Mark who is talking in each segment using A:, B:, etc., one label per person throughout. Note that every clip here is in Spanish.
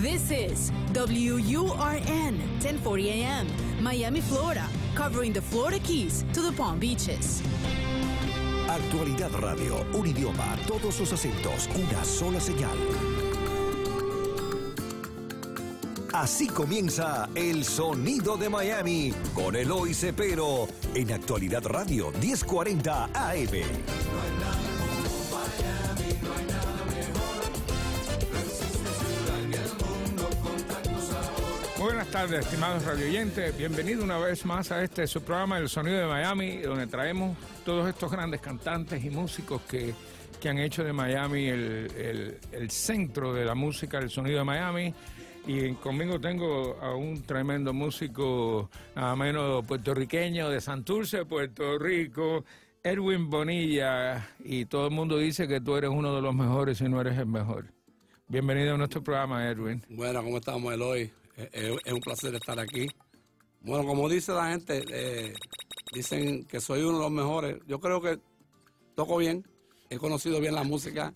A: This is WURN 1040 AM, Miami, Florida, covering the Florida Keys to the Palm Beaches.
B: Actualidad Radio, un idioma, todos sus acentos, una sola señal. Así comienza El Sonido de Miami con Eloy Cepero en Actualidad Radio 1040 AM.
C: Muy buenas tardes, estimados radioyentes. Bienvenido una vez más a este su programa El Sonido de Miami, donde traemos todos estos grandes cantantes y músicos que, que han hecho de Miami el, el- el centro de la música, el sonido de Miami. Y conmigo tengo a un tremendo músico, nada menos puertorriqueño, de Santurce, Puerto Rico, Edwin Bonilla. Y todo el mundo dice que tú eres uno de los mejores y no eres el mejor. Bienvenido a nuestro programa, Edwin.
D: Bueno, ¿cómo estamos, Eloy? Eh, eh, es un placer estar aquí. Bueno, como dice la gente, eh, dicen que soy uno de los mejores. Yo creo que toco bien, he conocido bien la música.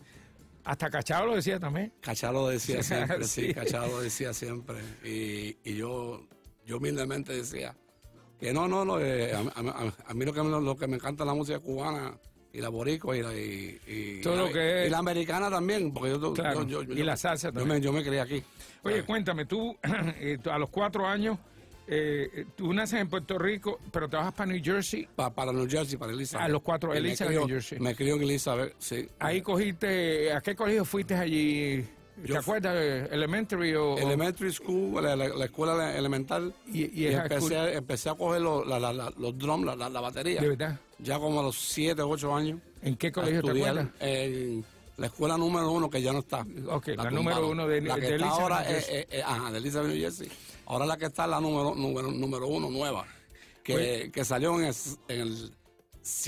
C: Hasta Cachao lo decía también.
D: Cachalo decía siempre, sí,
C: Sí.
D: Cachalo decía siempre. Y, y yo, yo humildemente decía que no, no, no, eh, a, a- a mí lo que, me- lo que me encanta es la música cubana y la boricua y la, y, y-
C: Todo
D: la-
C: lo que es-
D: y la americana también, porque yo,
C: Claro,
D: yo- yo-
C: y
D: yo-
C: la salsa
D: yo
C: también.
D: me- Yo me, crié aquí.
C: Oye, cuéntame, tú eh, tú a los cuatro años, eh, tú naces en Puerto Rico, pero te vas para New Jersey.
D: Pa- para New Jersey, para Elizabeth.
C: A los cuatro,
D: Y me
C: Elizabeth,
D: crió-
C: New Jersey.
D: Me crió en Elizabeth, sí.
C: Ahí cogiste, ¿a qué colegio fuiste allí? ¿Te
D: Yo-
C: acuerdas? eh, ¿Elementary o...? o-
D: Elementary School, la, la- la escuela le- elemental.
C: Y- y es high school.
D: empecé, a- empecé a coger los, la- la- la- los drums, la, la- la batería.
C: ¿De verdad?
D: Ya como a los 7, 8 años.
C: ¿En qué
D: a
C: colegio te
D: estudiar
C: acuerdas?
D: En la escuela número uno, que ya no está.
C: Ok, la número uno de-
D: la que
C: de
D: está
C: Elizabeth,
D: ahora
C: New
D: es-
C: Jersey.
D: es- es- ajá, de Elizabeth, New Jersey. Ahora la que está es la número, número, número uno, nueva. Que, que salió en el, en el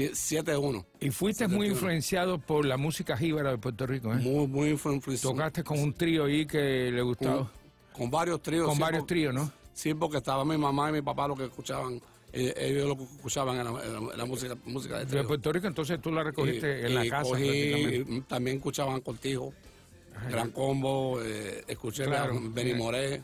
D: 7-1.
C: Y fuiste muy influenciado por la música jíbara de Puerto Rico, ¿eh?
D: Muy, muy influenciado.
C: Tocaste con un trío ahí que le
D: con,
C: gustaba.
D: con varios tríos.
C: Con
D: sí,
C: varios
D: por-
C: tríos, ¿no?
D: Sí, porque estaba mi mamá y mi papá lo que escuchaban. Ellos, ellos lo que escuchaban era, era- era música, música de
C: De
D: trío.
C: Puerto Rico, entonces tú la recogiste
D: Y-
C: en la
D: y
C: casa
D: cogí-
C: prácticamente.
D: también escuchaban Cortijo, Gran Combo, eh, escuché
C: Claro.
D: a Benny Moré.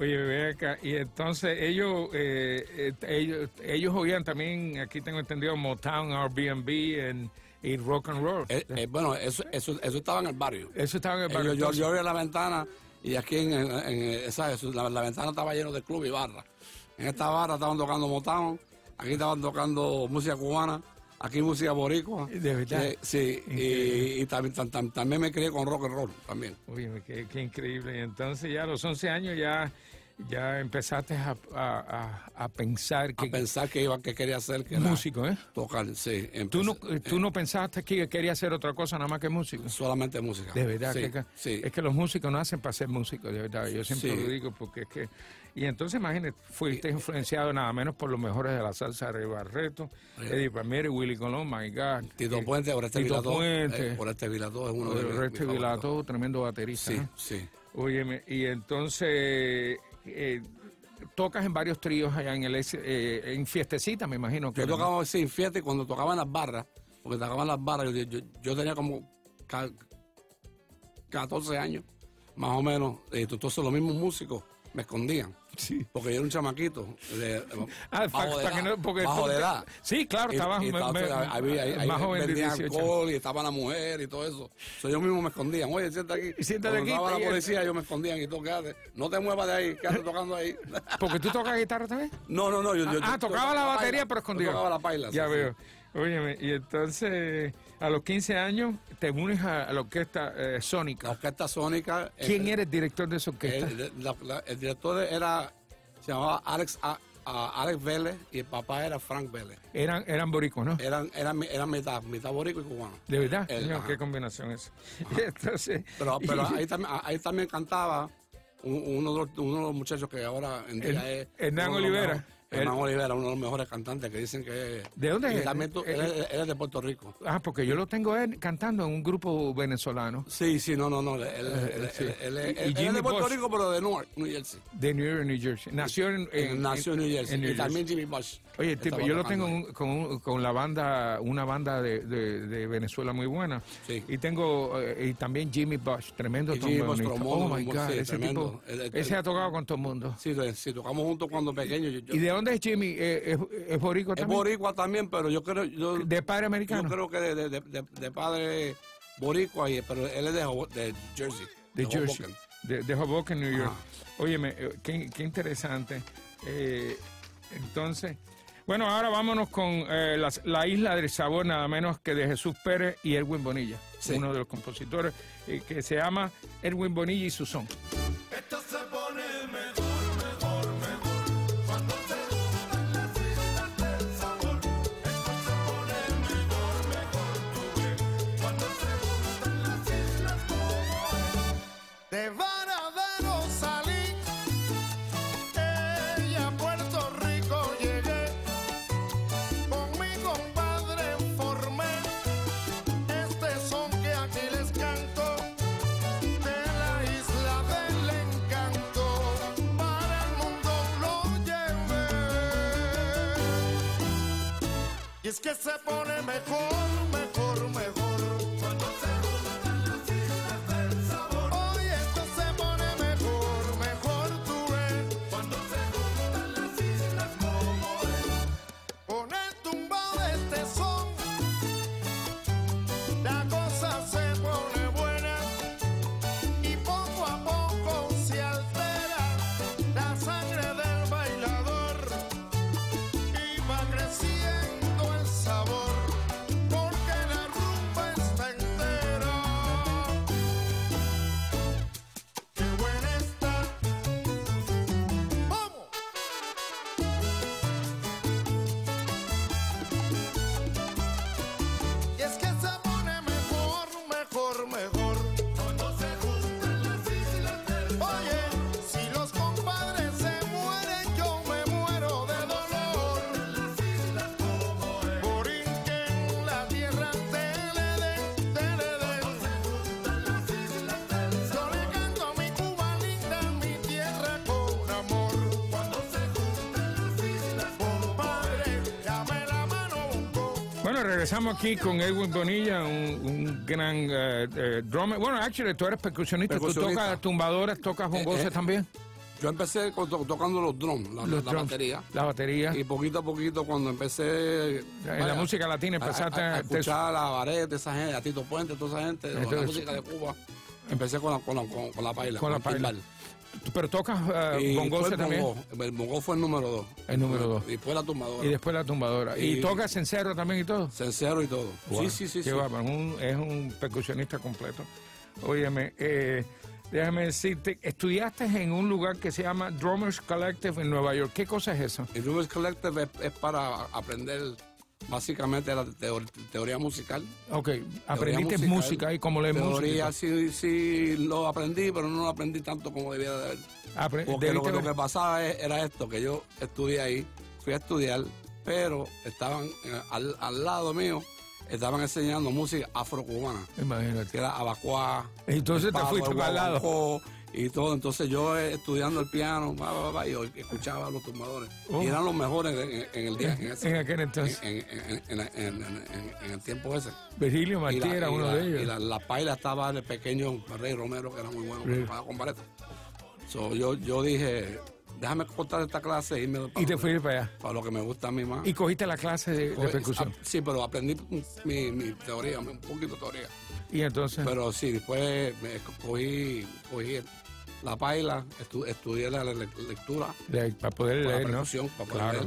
C: Oye, ve acá, y entonces ellos, eh, eh, ellos, ellos oían también, aquí tengo entendido, Motown, Airbnb and, y rock and roll.
D: Eh, eh, bueno, eso, eso, eso estaba en el barrio.
C: Eso estaba en el barrio.
D: Ellos- yo,
C: entonces.
D: yo abría la ventana y aquí en, en- en esa, eso, la, la ventana estaba lleno de club y barra. En esta barra estaban tocando Motown, aquí estaban tocando música cubana, aquí música boricua.
C: De verdad.
D: Eh, sí, y, y también, tam- tam- también me crié con rock and roll también.
C: Oye, qué, qué increíble. Y entonces ya a los 11 años ya, ya empezaste a, a- a- a pensar
D: A
C: que...
D: pensar que iba, que quería hacer, que era
C: músico, ¿eh?
D: tocar, sí.
C: Tú no,
D: empecé- eh,
C: tú no pensaste que quería hacer otra cosa nada más que músico.
D: solamente música.
C: De verdad,
D: sí,
C: que ca-
D: sí.
C: es que los músicos no hacen para ser músicos, de verdad. Yo siempre
D: Sí.
C: lo digo porque es que. Y entonces, imagínate, fuiste influenciado nada menos por los mejores de la salsa de Barreto, Eddie Palmieri, Willy Colón, My God.
D: Tito
C: eh,
D: Puente, Oreste
C: Tito
D: Vilató.
C: Puente.
D: eh, Oreste Vilató es uno de mis-
C: Oreste
D: mis favoritos.
C: Vilato, tremendo baterista.
D: Sí,
C: ¿no?
D: sí.
C: Óyeme, y entonces. eh, tocas en varios tríos allá en el ex- eh, en fiestecita me imagino que
D: Yo
C: era, ¿no?
D: tocaba sin fíjate, cuando tocaban las barras, porque tocaban las barras, yo, yo- yo tenía como ca- 14 años, más o menos. eh, Entonces los mismos músicos me escondían.
C: Sí.
D: Porque yo era un chamaquito. de- eh,
C: Ah,
D: bajo
C: hasta
D: de
C: que
D: edad,
C: no- porque
D: bajo
C: tú-
D: de edad.
C: Sí, claro, estabas
D: Y- y
C: me-
D: estaba-
C: me-
D: había- ahí- ahí
C: más joven de
D: vendían
C: 18.
D: alcohol y estaba la mujer y todo eso. Entonces yo mismo me escondían. Oye, siéntate aquí.
C: Y siéntate
D: Cuando
C: aquí,
D: estaba
C: y-
D: la policía, yo me escondían y tú quédate. No te muevas de ahí, quédate tocando ahí.
C: porque tú tocas guitarra también
D: No, no, no. Yo, yo-
C: ah,
D: yo
C: tocaba la
D: paila.
C: batería, pero
D: Yo
C: escondido.
D: Tocaba la paila. sí,
C: Ya
D: sí.
C: veo. Óyeme, y entonces a los 15 años te unes a, a la orquesta eh,
D: La
C: Sónica.
D: orquesta sónica. eh,
C: ¿Quién era el director de esa orquesta?
D: El, la- la- el director era, se llamaba Alex, A- A- Alex Vélez y el papá era Frank Vélez.
C: eran eran boricos, ¿no?
D: Eran, eran, eran mitad, mitad boricua y cubano.
C: de verdad,
D: el-
C: Señor,
D: ajá.
C: qué combinación es. Entonces,
D: Pero, pero
C: y-
D: ahí, también, ahí también cantaba un- uno, de los, uno de los muchachos que ahora en día
C: El-
D: es...
C: Hernán
D: uno de los
C: Olivera.
D: mejores. Herman Olivera, uno de los mejores cantantes que dicen que es.
C: ¿De dónde
D: y
C: es?
D: también tú-
C: Eh,
D: él, él- él es de Puerto Rico.
C: Ah, porque yo lo tengo a él cantando en un grupo venezolano
D: Sí, sí, no, no, no. Él, él- él-
C: eh, sí.
D: él- él-
C: Y- y
D: él- él es
C: Jimmy
D: de Puerto
C: Bosch.
D: Rico, pero de Newark, New Jersey.
C: de New York, New Jersey. Nació en, en-
D: Nació en New Jersey.
C: en New
D: y también Jimmy Bosch.
C: Oye,
D: Estaba
C: tipo, yo lo tengo
D: tocando ahí.
C: un- con, un- con la banda, una banda de, de- de Venezuela muy buena.
D: Sí.
C: Y tengo, eh, y también Jimmy Bush, tremendo
D: Y Jimmy Bush,
C: trombonista.
D: trombón,
C: oh my God,
D: sí,
C: ese
D: tremendo.
C: tipo,
D: El- el-
C: ese ha tocado con todo el mundo.
D: Sí, de- sí, tocamos juntos cuando pequeños. Yo- yo-
C: ¿Y de dónde es Jimmy? Eh, ¿Es, es boricua
D: es
C: también?
D: boricua también, pero yo creo... Yo,
C: ¿De padre
D: yo
C: americano?
D: creo que de, de- de- de- de padre boricua, y- pero él es de, Hobo- de Jersey.
C: de Jersey,
D: Hoboken.
C: de, de Hoboken, New York.
D: Ajá.
C: Óyeme, eh, qué, qué interesante. Eh, entonces, bueno, ahora vámonos con eh, las- la, isla del sabor, nada menos que de Jesús Pérez y Erwin Bonilla,
D: Sí.
C: uno de los compositores eh, que se llama Erwin Bonilla y su son.
E: De Varadero salí, eh, y a Puerto Rico llegué, con mi compadre formé este son que aquí les canto, de la isla del encanto, para el mundo lo llevé. Y es que se pone mejor, mejor, mejor. Hoy esto se pone mejor, mejor tú ves. Cuando se juntan las islas como es. Con el tumbao de este son, la cosa se pone buena. Y poco a poco se altera la sangre del bailador. Y va creciendo el sabor, porque la rumba está entera. ¡Qué buena está! ¡Vamos! Y es que se pone mejor, mejor, mejor Cuando se juntan las islas del Oye, si los compadres se mueren Yo me muero de dolor las islas como es Por en la tierra Teleden, teleden yo le canto a mi Cuba linda, mi tierra con amor. Cuando se juntan las islas, compadre, dame la mano un poco.
C: Bueno, regresamos aquí con Edwin Bonilla, un, un gran eh, eh, drummer. Bueno, actually, tú eres percusionista, tú
D: Percusionista.
C: tocas tumbadoras, tocas bongoses
D: eh.
C: también.
D: Yo empecé con- to- tocando los drums, la,
C: Los
D: la
C: drums,
D: batería.
C: La batería.
D: Y poquito a poquito, cuando empecé.
C: En la música latina empezaste
D: a,
C: a-
D: a, a escuchar a Barete, esa gente, a Tito Puente, toda esa gente, la-
C: Entonces-
D: la música de Cuba. Empecé con la, con la, con, con la paila.
C: Con la
D: el timbal.
C: paila. Pero tocas eh,
D: Y
C: bongoses
D: fue el
C: también.
D: bongo. El bongo fue el número dos.
C: El número dos.
D: Y fue la tumbadora.
C: Y después la tumbadora. Y,
D: Y-
C: tocas en cerro también y todo.
D: Sincero y todo.
C: Wow,
D: Sí, sí, sí.
C: qué
D: sí.
C: bárbaro, un- es un percusionista completo. Óyeme, eh, déjame decirte, estudiaste en un lugar que se llama Drummers Collective en Nueva York. ¿Qué cosa es eso?
D: El Drummers Collective es, es para aprender básicamente la teor- teoría musical.
C: Ok, aprendiste
D: musical.
C: música y cómo lees música.
D: Teoría sí, sí lo aprendí, pero no lo aprendí tanto como debía de haber.
C: Apre-
D: Porque lo,
C: debiste
D: que- lo
C: haber-
D: que pasaba e- era esto, que yo estudié ahí, fui a estudiar, pero estaban eh, al, al lado mío, estaban enseñando música afrocubana,
C: Imagínate.
D: que era abacuá.
C: Entonces te
D: pavo,
C: fuiste
D: el
C: para el lado.
D: guaguancó Y todo, entonces yo eh, estudiando el piano, va, va, va, y yo escuchaba a los tumbadores.
C: Oh.
D: Y eran los mejores en, en- en el día, en, ese-
C: En aquel entonces.
D: en- en- en- en- en- en- en el tiempo ese.
C: Virgilio Martí
D: la-
C: era uno
D: la-
C: de
D: Y
C: ellos.
D: la, la paila estaba el pequeño Rey Romero, que era muy bueno,
C: Sí.
D: que tocaba con bareto. So, yo, yo dije, déjame cortar esta clase e irme para,
C: y te
D: lo,
C: fuiste para allá.
D: para lo que me gusta a mí más.
C: Y cogiste la clase de, de
D: Pues,
C: percusión.
D: ah, Sí, pero aprendí mi, mi teoría, un poquito de teoría.
C: Y entonces.
D: Pero sí, después me co- cogí, cogí la paila, estu- estudié la le- lectura,
C: de- para poder
D: la
C: leer, ¿no?
D: percusión, para poder
C: Claro.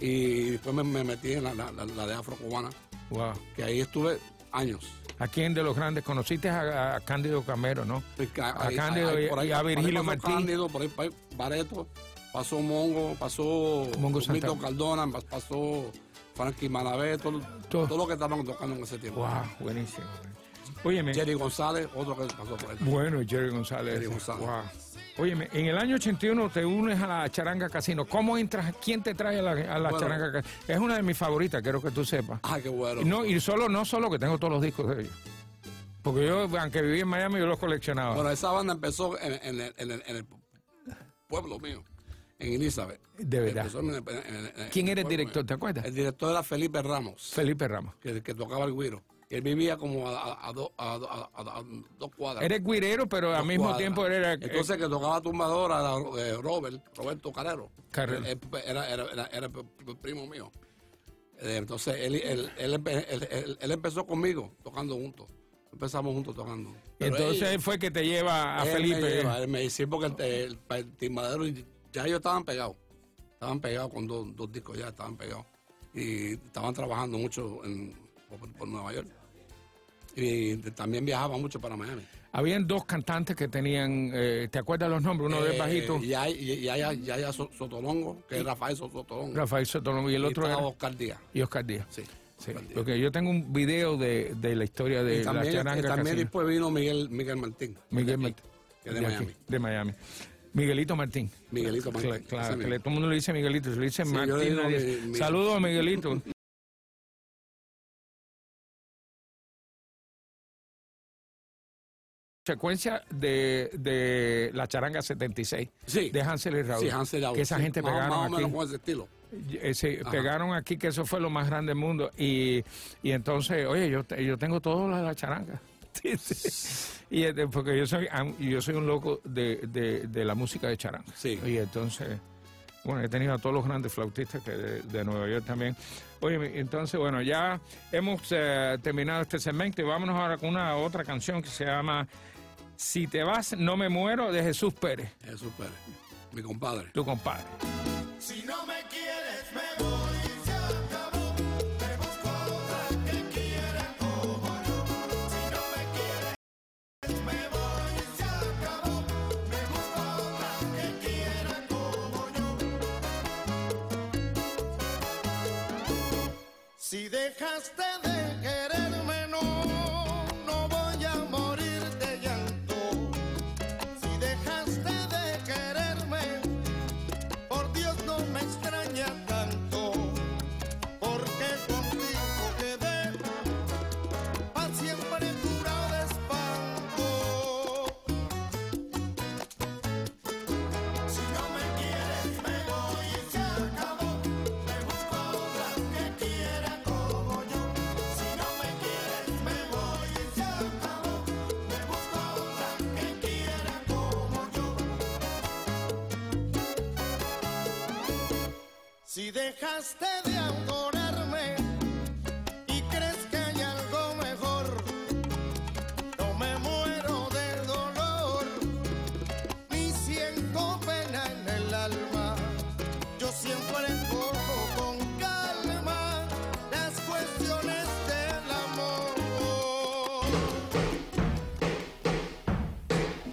D: leer. Y después me, me metí en la, la, la- la de afrocubana,
C: Wow.
D: que ahí estuve años.
C: ¿A quién de los grandes conociste? A, a Cándido Camero, ¿no?
D: Porque ahí-
C: A
D: ahí-
C: Cándido
D: ahí-
C: y-
D: por ahí-
C: y a
D: por ahí
C: Virgilio
D: pasó
C: Martí.
D: Cándido, por ahí pa- Bareto, pasó Mongo, pasó
C: Mongo
D: Vito
C: Santana.
D: Cardona, pas- pasó Frankie Malavé, todo,
C: Todo.
D: todo. lo que estaban tocando en ese tiempo.
C: Wow, buenísimo. Óyeme.
D: Jerry González, otro que pasó por ahí.
C: Bueno, Jerry González.
D: Jerry González.
C: Guau. Óyeme, en el año 81 te unes a la Charanga Casino. ¿Cómo entras? ¿Quién te trae a la, a la
D: Bueno.
C: Charanga Casino? Es una de mis favoritas, quiero que tú sepas.
D: Ah, qué bueno.
C: Y No, y solo, no solo que tengo todos los discos de ellos. Porque yo, aunque viví en Miami, yo los coleccionaba.
D: Bueno, esa banda empezó en, en el- en el- en el pueblo mío, en Elizabeth.
C: De verdad.
D: Empezó en el- en el- en el
C: ¿Quién era el
D: pueblo
C: director?
D: mío.
C: ¿Te acuerdas?
D: El director era Felipe Ramos,
C: Felipe Ramos.
D: que, que tocaba el güiro. Él vivía como a, a- a do- a do- a- a- a dos cuadras.
C: Eres guirero, pero al
D: dos
C: mismo
D: cuadras.
C: tiempo era...
D: Entonces, que tocaba tumbadora Eh, era eh, Robert, Roberto Carrero.
C: Carrero.
D: Él- él Era, era, era- era el primo mío. Eh, Entonces, él, él- él empe- él- él- él empezó conmigo tocando juntos. Empezamos juntos tocando. Pero
C: entonces
D: él-
C: él fue que te lleva a
D: él
C: Felipe.
D: Me lleva, él me dice, sí, porque el, el, el timbadero y- ya ellos estaban pegados. Estaban pegados con dos, dos discos ya, estaban pegados. Y estaban trabajando mucho en- por, por Nueva York. Y también viajaban mucho para Miami.
C: Habían dos cantantes que tenían, eh, ¿te acuerdas los nombres? Uno de
D: Eh,
C: bajito,
D: Y hay, y, y hay, y hay So- Sotolongo, que es Rafael Sotolongo.
C: Rafael Sotolombo, y el otro
D: y
C: era
D: estaba Oscar Díaz.
C: y Oscar Díaz.
D: Sí.
C: Sí,
D: Oscar Díaz.
C: porque yo tengo un video de, de la historia de
D: Y también,
C: la charanga
D: y también
C: casino.
D: después vino Miguel, Miguel Martín.
C: Miguel
D: de aquí,
C: Martín.
D: que es de
C: de aquí,
D: Miami.
C: de Miami. Miguelito Martín.
D: Miguelito Martín,
C: Cla- Claro,
D: ese
C: que le-
D: mismo.
C: todo el mundo le dice Miguelito, se le dice
D: Sí, yo le
C: Martín.
D: digo
C: nadie-
D: mi- mi-
C: Saludos, Miguelito. Secuencia de, de la charanga 76
D: Sí.
C: de Hansel y Raúl.
D: Sí, Hansel Raúl,
C: Que esa
D: sí.
C: gente
D: Más-
C: pegaron
D: Más o menos
C: aquí.
D: con ese estilo.
C: Eh, se pegaron aquí que eso fue lo más grande del mundo. Y, y entonces, oye, yo, te- yo tengo todo lo de la charanga. Sí, sí. y este, porque yo soy am- y yo soy un loco de, de- de la música de charanga.
D: Sí.
C: Y entonces, bueno, he tenido a todos los grandes flautistas que de, de Nueva York también. Oye, mi- entonces, bueno, ya hemos eh, terminado este segmento y vámonos ahora con una otra canción que se llama Si te vas, no me muero, de Jesús Pérez,
D: Jesús Pérez, mi compadre.
C: tu compadre.
E: Si no me quieres, me voy. Se acabó. Me busco a otra que quiera como yo. Si no me quieres, me voy. Se acabó. Me busco a otra que quiera como yo. Si dejaste de quererme, no, no voy a morir de llanto. Si dejaste de quererme, por Dios no me extraña tanto, porque contigo quedé para siempre curado de espanto. Si no me quieres me voy y se acabó, me busco a otra que quiera como yo. Si no me quieres me voy y se acabó, me busco a otra que quiera como yo. Si dejaste de adorarme y crees que hay algo mejor, no me muero de dolor, ni siento pena en el alma. Yo siempre cojo con calma las cuestiones del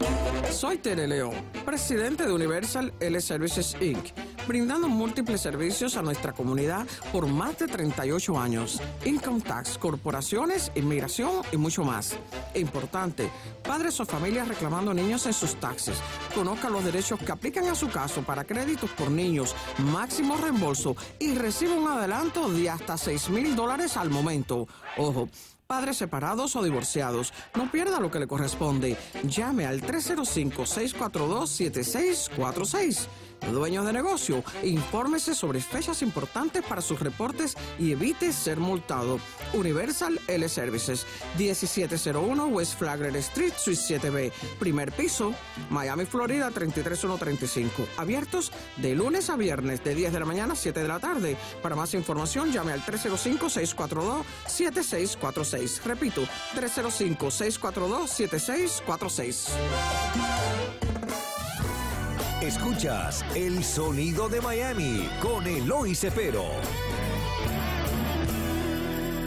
E: amor.
A: Soy Tere León, presidente de Universal L Services Inc., brindando múltiples servicios a nuestra comunidad por más de 38 años. Income tax, corporaciones, inmigración y mucho más. Importante, padres o familias reclamando niños en sus taxes. Conozca los derechos que aplican a su caso para créditos por niños, máximo reembolso y reciba un adelanto de hasta 6 mil dólares al momento. Ojo. Padres separados o divorciados, no pierda lo que le corresponde. Llame al 305-642-7646. Dueños de negocio, infórmese sobre fechas importantes para sus reportes y evite ser multado. Universal L Services, 1701 West Flagler Street, Suite 7B, primer piso, Miami, Florida, 33135. Abiertos de lunes a viernes, de 10 de la mañana a 7 de la tarde. Para más información, llame al 305-642-7646. Repito, 305-642-7646.
B: Escuchas el sonido de Miami con Eloy Cepero.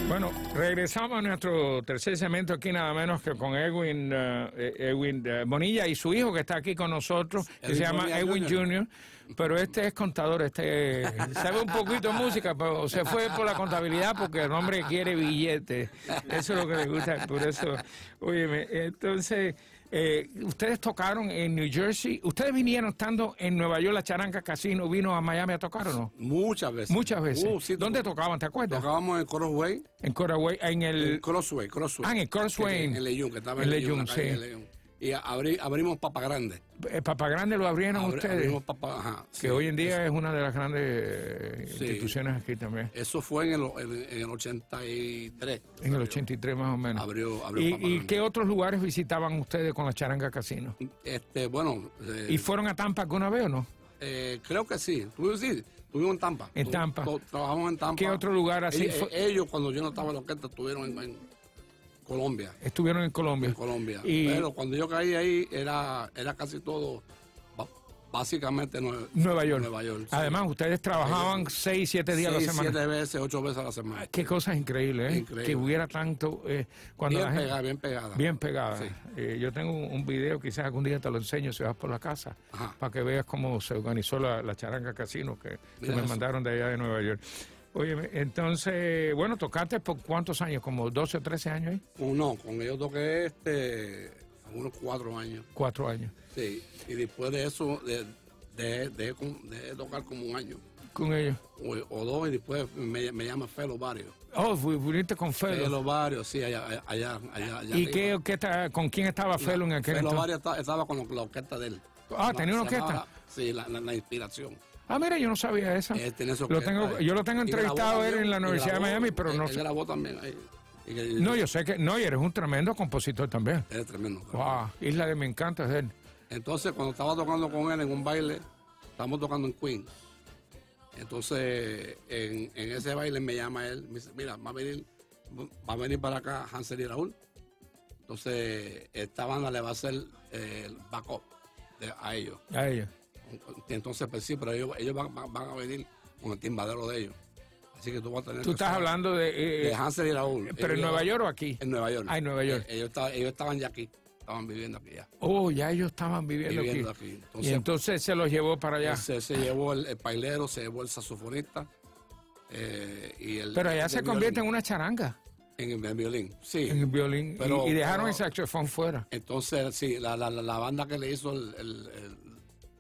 C: Bueno, regresamos a nuestro tercer segmento aquí nada menos que con Edwin, eh, eh, Edwin eh, Bonilla y su hijo que está aquí con nosotros, que
D: Edwin
C: se llama
D: Bonilla
C: Edwin
D: Jr..
C: Jr., pero este es contador, este sabe un poquito de música, pero se fue por la contabilidad porque el hombre quiere billetes. Eso es lo que le gusta, por eso, óyeme, entonces... Eh, ustedes tocaron en New Jersey. Ustedes vinieron estando en Nueva York, la Charanga Casino, vino a Miami a tocar o no?
D: Muchas veces.
C: Muchas veces.
D: Uh, sí,
C: ¿Dónde tocaban? ¿Te acuerdas?
D: Tocábamos en Crossway.
C: En Coraway, en
D: En
C: el.
D: Crossway, Crossway.
C: Ah, en el Crossway.
D: Que- En Leyun, que estaba
C: En
D: en
C: Leyun,
D: Leyun. la calle
C: sí.
D: de Leyun. Y abri- abrimos Papa Grande.
C: eh, Papa Grande lo abrieron
D: Abri-
C: ustedes.
D: Abrimos Papa, ajá,
C: que
D: sí.
C: hoy en día es una de las grandes eh,
D: Sí.
C: instituciones aquí también.
D: Eso fue en el, o- en, en el 83.
C: En el 83 más o menos.
D: Abrió- abrió Papa
C: ¿Y, y
D: Grande.
C: qué otros lugares visitaban ustedes con la charanga casino?
D: Este, bueno, eh,
C: ¿Y fueron a Tampa alguna vez o no?
D: eh, creo que sí. Tuvimos, sí, tuvimos en Tampa.
C: En
D: Tu-
C: Tampa.
D: to- trabajamos en Tampa.
C: ¿Qué otro lugar así
D: Ellos,
C: fue?
D: eh, ellos, cuando yo no estaba en la orquesta, estuvieron en, en Colombia.
C: Estuvieron en Colombia.
D: En Colombia.
C: Y
D: Pero cuando yo caí ahí, era, era casi todo, ba- básicamente, Nue-
C: Nueva York.
D: Nueva York. sí.
C: Además, ustedes trabajaban 6, 7 días
D: Seis,
C: a la semana.
D: siete veces, ocho veces a la semana.
C: Qué cosas increíbles, ¿eh?
D: Increíble.
C: Que hubiera tanto... eh, cuando
D: Bien
C: la gente-
D: pegada, bien pegada.
C: Bien pegada.
D: Sí.
C: Eh, yo tengo un, un video, quizás algún día te lo enseño si vas por la casa,
D: Ajá.
C: para que veas cómo se organizó la, la charanga casino que, que
D: Mira
C: me
D: eso.
C: mandaron de allá de Nueva York. Oye, entonces, bueno, tocaste por cuántos años, como 12 o 13 años ahí,
D: Con- no, con ellos toqué este, unos cuatro años.
C: cuatro años.
D: Sí. Y después de eso, de, de, de- de tocar como un año
C: Con ellos.
D: o, o dos, y después me, me llama Felo Barrio.
C: Oh, fu- viniste con Felo.
D: Felo Barrio, sí, allá. allá, allá, allá
C: ¿Y
D: arriba.
C: qué, qué ta- con quién estaba Felo en aquel
D: Felo
C: entonces?
D: Barrio esta- estaba con la orquesta de él.
C: Ah,
D: La-
C: ¿tenía una
D: se llamaba-
C: orquesta?
D: Sí, la, la- la inspiración.
C: Ah, mira, yo no sabía esa.
D: Él tenía su
C: lo
D: orquesta
C: tengo,
D: ahí.
C: yo lo tengo
D: Y grabó
C: entrevistado a él
D: también,
C: en la
D: y
C: Universidad de
D: grabó,
C: Miami, pero
D: él-
C: no
D: él
C: sé.
D: grabó también ahí. Y que-
C: No, yo sé que. No, y eres un tremendo compositor también.
D: Era tremendo.
C: Wow, Isla de Me Encanta es de él.
D: Entonces, cuando estaba tocando con él en un baile, estábamos tocando en Queen. Entonces, en, en ese baile me llama él, me dice, mira, va a venir, va a venir para acá Hansel y Raúl. Entonces, esta banda le va a hacer eh, el backup de- a ellos.
C: A ellos.
D: Entonces, pues sí, pero ellos, ellos van, van- van a venir con el timbadero de ellos. Así que tú vas a tener
C: Tú
D: que
C: estás
D: ser
C: hablando de. eh,
D: de Hansel y Raúl.
C: ¿Pero en
D: Ellos-
C: Nueva York o aquí?
D: En Nueva York.
C: Ah, en Nueva York.
D: Eh, ellos, estaban, ellos estaban ya aquí, estaban viviendo aquí ya.
C: Oh, ya ellos estaban viviendo,
D: Viviendo
C: aquí.
D: aquí.
C: y
D: Entonces, pues,
C: entonces se los llevó para allá.
D: Se, se llevó el, el pailero, se llevó el saxofonista. eh, y el,
C: Pero allá se convierte en
D: un
C: una charanga,
D: En el violín, sí.
C: en el violín. y-
D: Pero-
C: y, dejaron
D: pero-
C: el saxofón fuera.
D: Entonces, sí, la, la, la- la banda que le hizo el, el, el,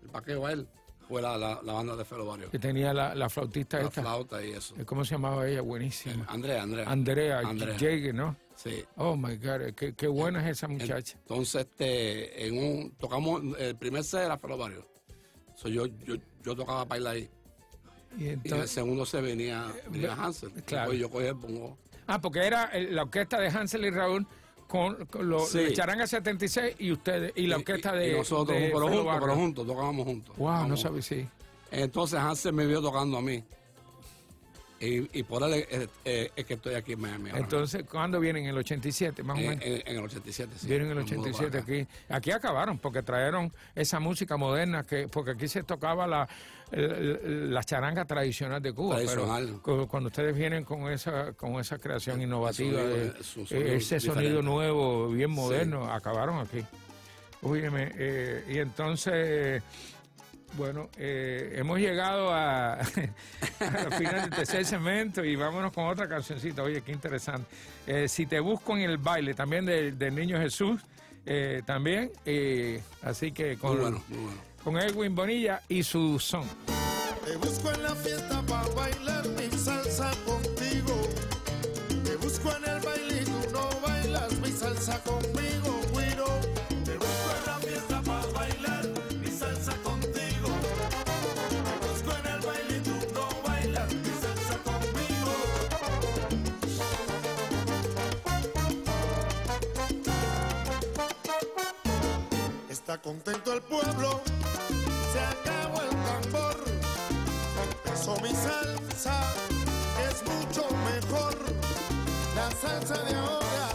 D: el paqueo a él fue la, la, la banda de Felo Barrio.
C: Que tenía la, la flautista
D: La
C: esta. Eh,
D: flauta y eso.
C: ¿Cómo se llamaba ella? Buenísima.
D: Andrea, Andrea.
C: Andrea,
D: Andrea.
C: Jäger, ¿no?
D: Sí.
C: Oh my God, qué, qué buena es esa muchacha.
D: Entonces, este, en un, tocamos, el primer set era Felo Barrio. So, yo, yo, yo tocaba bailar ahí.
C: Y
D: Y en el
C: entonces- eh,
D: segundo se venía, venía Hansel.
C: claro.
D: Después Yo cogí el bongo.
C: ah, porque era el- la orquesta de Hansel y Raúl con, con lo-
D: Sí.
C: la charanga 76 y ustedes y la orquesta
D: Y- y
C: de.
D: nosotros,
C: de
D: pero
C: Felo
D: juntos, pero
C: Vargas.
D: juntos, tocábamos juntos.
C: Wow, no
D: Tocábamos
C: sabes, sí.
D: Entonces Hansel me vio tocando a mí. Y, y por él eh, eh, es, que estoy aquí en Miami. ahora.
C: Entonces, ¿cuándo vienen? ¿En el 87, más o
D: en,
C: menos?
D: en- en el 87. sí.
C: Vienen en el
D: Me mudo para
C: 87
D: acá.
C: aquí. Aquí acabaron porque trajeron esa música moderna, que porque aquí se tocaba la, el- la charanga tradicional de Cuba.
D: Tradicional.
C: Pero cu- cuando ustedes vienen con esa con esa creación innovativa,
D: sonido,
C: de-
D: eh, su sonido
C: ese sonido
D: diferente.
C: nuevo, bien moderno, acabaron aquí. Óyeme, eh, y entonces, bueno, eh, hemos llegado a, al final del tercer segmento y vámonos con otra cancioncita. Oye, qué interesante. Eh, si te busco en el baile, también del del Niño Jesús, eh, también. eh, así que
D: Muy
C: con,
D: bueno, muy bueno.
C: con Edwin Bonilla y su son.
E: Te busco en la fiesta para bailar mi salsa contigo. Te busco en el baile y tú no bailas mi salsa conmigo, Guiro. Te busco en la fiesta para bailar mi salsa contigo. Te busco en el baile y tú no bailas mi salsa conmigo. Está contento el pueblo, se acabó el tambor. Empezó mi salsa, es mucho mejor. La salsa de ahora,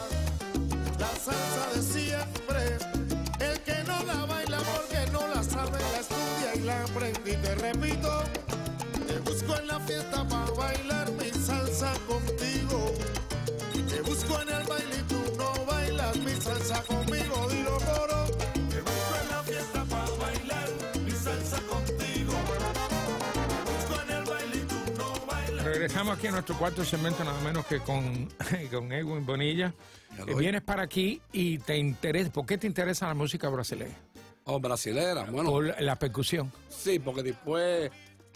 E: la salsa de siempre. El que no la baila porque no la sabe, la estudia y la aprende. Y te repito, te busco en la fiesta para bailar mi salsa contigo. Te busco en el baile y tú no bailas mi salsa conmigo, dilo coro. Te busco en la fiesta para bailar mi salsa contigo. Te busco en el baile y tú no bailas.
C: Regresamos aquí a nuestro cuarto segmento, nada menos que con, con Edwin Bonilla.
D: Ya
C: Eh,
D: lo
C: Vienes para aquí y te interesa. ¿Por qué te interesa la música brasileña?
D: O Oh, brasilera, bueno,
C: Por la percusión.
D: sí, porque después,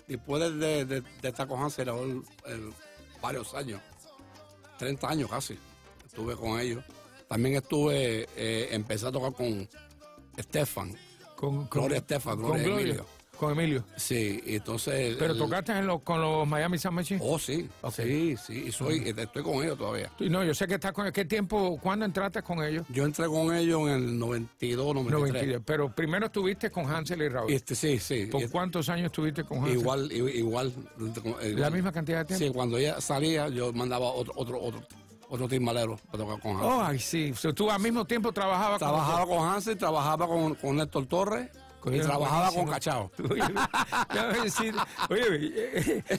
D: después de, de, de, de estar con Hansel el- el- varios años, 30 años casi, estuve con ellos. También estuve, eh, empecé a tocar con Estefan,
C: Con,
D: Gloria Estefan, Gloria
C: con
D: Emilio.
C: Con Emilio.
D: Sí, y entonces...
C: Pero
D: el-
C: tocaste en los- con los Miami Sound Machine.
D: Oh, sí, sí, sí, y soy, estoy con ellos todavía.
C: Y No, yo sé que estás con ¿Qué tiempo? ¿Cuándo entraste con ellos?
D: Yo entré con ellos en el 92, 93.
C: 92. Pero primero estuviste con Hansel y Raúl.
D: Este, sí, sí.
C: ¿Por
D: este,
C: cuántos años estuviste con Hansel?
D: igual, i- igual, eh,
C: ¿La misma cantidad de tiempo?
D: Sí, cuando ella salía, yo mandaba otro, otro, otro, otro timbalero para tocar con Hansel.
C: Oh, ay, sí. O sea, tú al mismo tiempo trabajabas con-
D: Trabajaba con Hansel, trabajaba con, con Néstor Torres y
C: Coño,
D: trabajaba
C: buenísimo.
D: con Cachao.
C: Oye, déjame decir, oye, eh,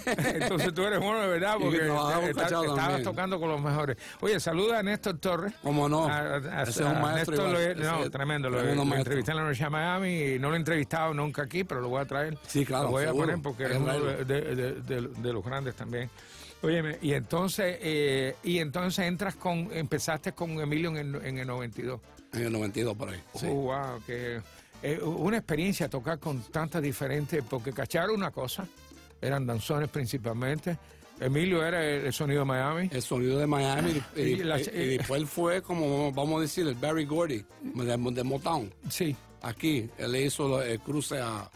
C: entonces tú eres bueno de verdad
D: Y
C: porque
D: que trabajaba con
C: está-
D: Cachao
C: estabas
D: también.
C: tocando con los mejores. Oye, saluda a Néstor Torres.
D: Cómo no,
C: A- a- a-
D: ese es un
C: a
D: maestro
C: Néstor
D: igual,
C: lo- no,
D: ese es
C: tremendo. Lo,
D: tremendo
C: lo
D: maestro.
C: entrevisté en la Universidad de Miami y no lo he entrevistado nunca aquí, pero lo voy a traer.
D: Sí, claro,
C: Lo voy
D: seguro.
C: a poner porque
D: Hay
C: es
D: que
C: uno de,
D: traerlo.
C: de- de- de los grandes también. Oye, y entonces, eh, y entonces entras con, empezaste con Emilio en el, en el 92.
D: En el 92 por ahí. sí.
C: Oh, wow, que eh, una experiencia tocar con tantas diferentes, porque cachar una cosa, eran danzones principalmente. Emilio era el, el sonido de Miami.
D: El sonido de Miami y,
C: Y la- eh.
D: y- y después él fue como, vamos a decir, el Barry Gordy de, de Motown.
C: Sí,
D: Aquí, él le hizo lo- el cruce a,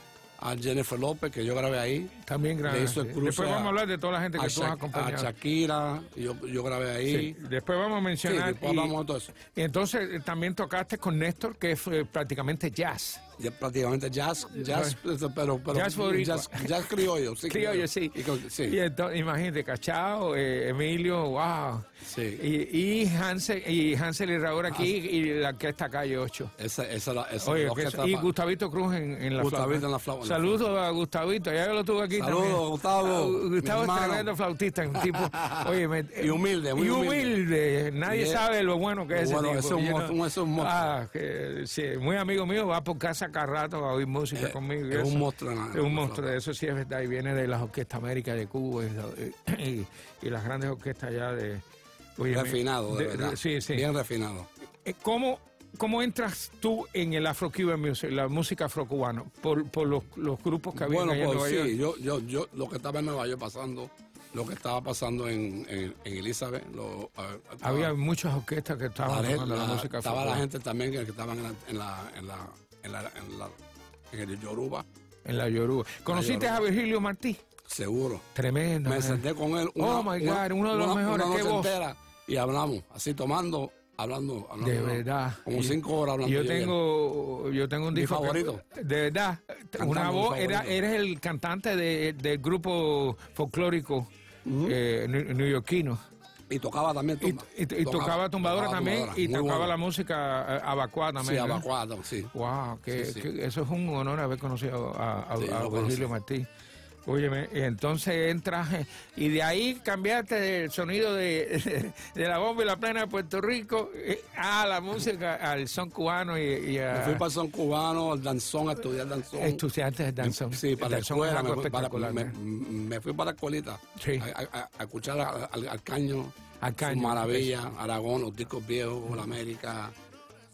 D: a Jennifer López, que yo grabé ahí.
C: también grande.
D: Le hizo el cruce
C: Ah, Después
D: a-
C: vamos a hablar de toda la gente
D: a,
C: que tú has
D: Sha- a
C: acompañado.
D: Shakira, yo, yo grabé ahí.
C: Sí, Después vamos a
D: Sí,
C: mencionar.
D: después
C: y-
D: hablamos de todo eso.
C: y entonces eh, también tocaste con Néstor, que fue prácticamente jazz. Eh,
D: Ya prácticamente jazz, jazz, pues, pero, pero
C: Jazz boricua.
D: jazz, jazz criollo, sí.
C: Criollo, sí.
D: Y con-
C: Y
D: sí.
C: entonces, imagínate, Cachao, eh, Emilio, wow.
D: Sí.
C: Y, y Hansel, y Hansel y Raúl aquí y la orquesta Calle 8.
D: Esa, esa, la- esa
C: Oye,
D: la
C: que
D: orquesta
C: eso- y
D: pa-
C: Gustavito Cruz en, en la
D: Gustavito
C: flauta.
D: en la flauta.
C: Saludos a Gustavito, ya yo lo tuve aquí
D: Saludos,
C: también.
D: Gustavo,
C: Ah,
D: mi
C: Gustavo es
D: hermano.
C: tremendo flautista, un tipo, oye, me-
D: Y humilde, muy
C: y humilde. Nadie
D: Y es-
C: sabe lo bueno que es ese
D: bueno,
C: tipo,
D: es un
C: you know.
D: monstruo, es un monstruo.
C: Ah, que, sí, muy amigo mío, va por casa cada rato a oír música
D: Eh,
C: conmigo. y
D: es un
C: eso.
D: monstruo en la-
C: Es
D: en
C: un
D: la
C: monstruo,
D: flauta.
C: eso sí es verdad, y viene de las orquestas América de Cuba y, y- y las grandes orquestas ya de... oye, me-
D: refinado, de, verdad.
C: sí, sí.
D: Bien refinado.
C: Eh, ¿Cómo, cómo entras tú en el Afro-Cuban Music, la música afrocubana, por, por los, los grupos que había
D: Bueno,
C: allá en
D: pues
C: Nueva
D: sí,
C: York?
D: yo, yo, yo, lo que estaba en Nueva York pasando, lo que estaba pasando en, en, en Elizabeth, lo, a- a-
C: Había muchas orquestas que
D: la
C: estaban
D: gente-
C: tocando la,
D: la-
C: música
D: estaba
C: afrocubana
D: la gente también que que estaban en la, en la, en la, en la, en la- en el Yoruba,
C: en la Yoruba. ¿Conociste
D: Yoruba.
C: a Virgilio Martí?
D: seguro.
C: Tremendo.
D: Me
C: man.
D: senté con él.
C: Oh, my God, uno de los
D: una-
C: mejores,
D: una
C: qué
D: noche
C: voz.
D: entera, y hablamos, así tomando, hablando, hablando.
C: De verdad.
D: Como
C: Y-
D: cinco horas hablando.
C: Yo
D: y él.
C: tengo, yo tengo un
D: Mi
C: disco. que-
D: favorito.
C: de verdad. una
D: mi
C: voz. Era,
D: favorito.
C: eres el cantante de- del grupo folclórico eh, new- neoyorquino.
D: Y tocaba también
C: Y,
D: tumba.
C: y- y tocaba, tumbadora también y
D: muy
C: tocaba
D: bueno.
C: la música eh, abacuá también.
D: Sí,
C: ¿no?
D: abacuado, sí.
C: Wow, que,
D: Sí, sí.
C: que eso es un honor haber conocido a, a,
D: Sí,
C: a
D: lo
C: Virgilio
D: conocí.
C: Martí. Óyeme, y entonces entras eh, y de ahí cambiaste el sonido de, de la bomba y la plena de Puerto Rico eh, a la música, al son cubano y, y eh,
D: Me
C: a
D: fui para el son cubano, al danzón, a estudiar danzón.
C: estudiantes de danzón.
D: Sí, para la
C: El danzón es
D: escuela,
C: algo
D: me fui para,
C: espectacular,
D: me-
C: ¿eh?
D: me fui para la escuelita
C: Sí.
D: a, a- a escuchar al, al- al caño,
C: Al
D: su
C: Caño,
D: Maravilla, Aragón, los discos viejos, la América,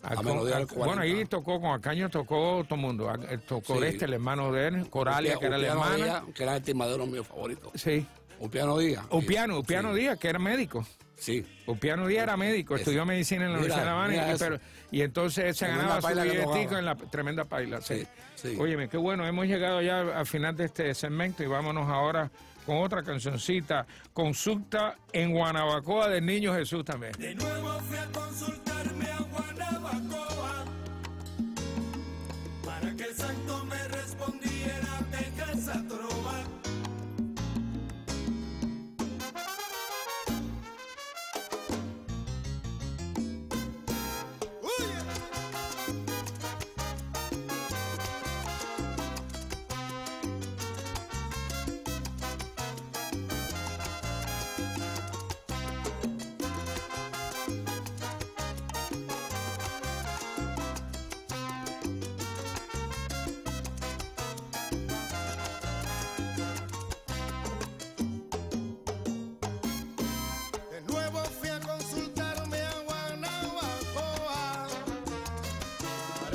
C: Al-
D: la melodía del
C: al- Ah, bueno,
D: 40.
C: ahí tocó con Acaño, tocó todo el mundo. A- eh, Tocó
D: Sí.
C: este, el hermano de él, Coralia,
D: Upia-
C: que era la
D: Upiano
C: hermana.
D: Díaz, que era el timadero mío favorito.
C: Sí.
D: Upiano Díaz.
C: Upiano, Upiano
D: Sí,
C: Díaz, que era médico.
D: Sí.
C: Upiano Díaz era médico,
D: Ese.
C: estudió medicina en la
D: Mira,
C: Universidad de La Habana,
D: mira
C: y,
D: eso.
C: pero- y entonces se
D: Tremenda
C: ganaba su
D: paila que
C: billetico
D: tocaba.
C: en la tremenda paila. Sí.
D: Sí, sí.
C: Óyeme, qué bueno, hemos llegado ya al final de este segmento y vámonos ahora con otra cancioncita, Consulta en Guanabacoa del Niño Jesús también.
F: para que el santo me respondiera de esa trova.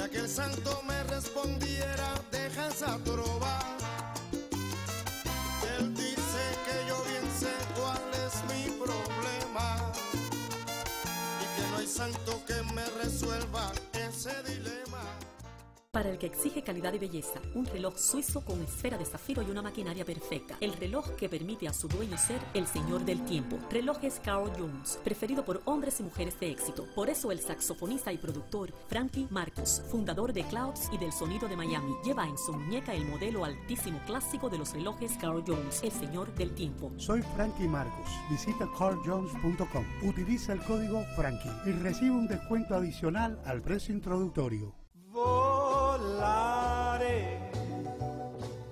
E: que el santo me respondiera, deja esa trova. Él dice que yo bien sé cuál es mi problema y que no hay santo que me resuelva ese dilema.
G: Para el que exige calidad y belleza, un reloj suizo con esfera de zafiro y una maquinaria perfecta. El reloj que permite a su dueño ser el señor del tiempo. Relojes Carl Jones, preferido por hombres y mujeres de éxito. Por eso el saxofonista y productor Frankie Marcos, fundador de Clouds y del Sonido de Miami, lleva en su muñeca el modelo altísimo clásico de los relojes Carl Jones, el señor del tiempo.
H: Soy Frankie Marcos. Visita carljones.com. Utiliza el código Frankie y recibe un descuento adicional al precio introductorio.
F: Volaré.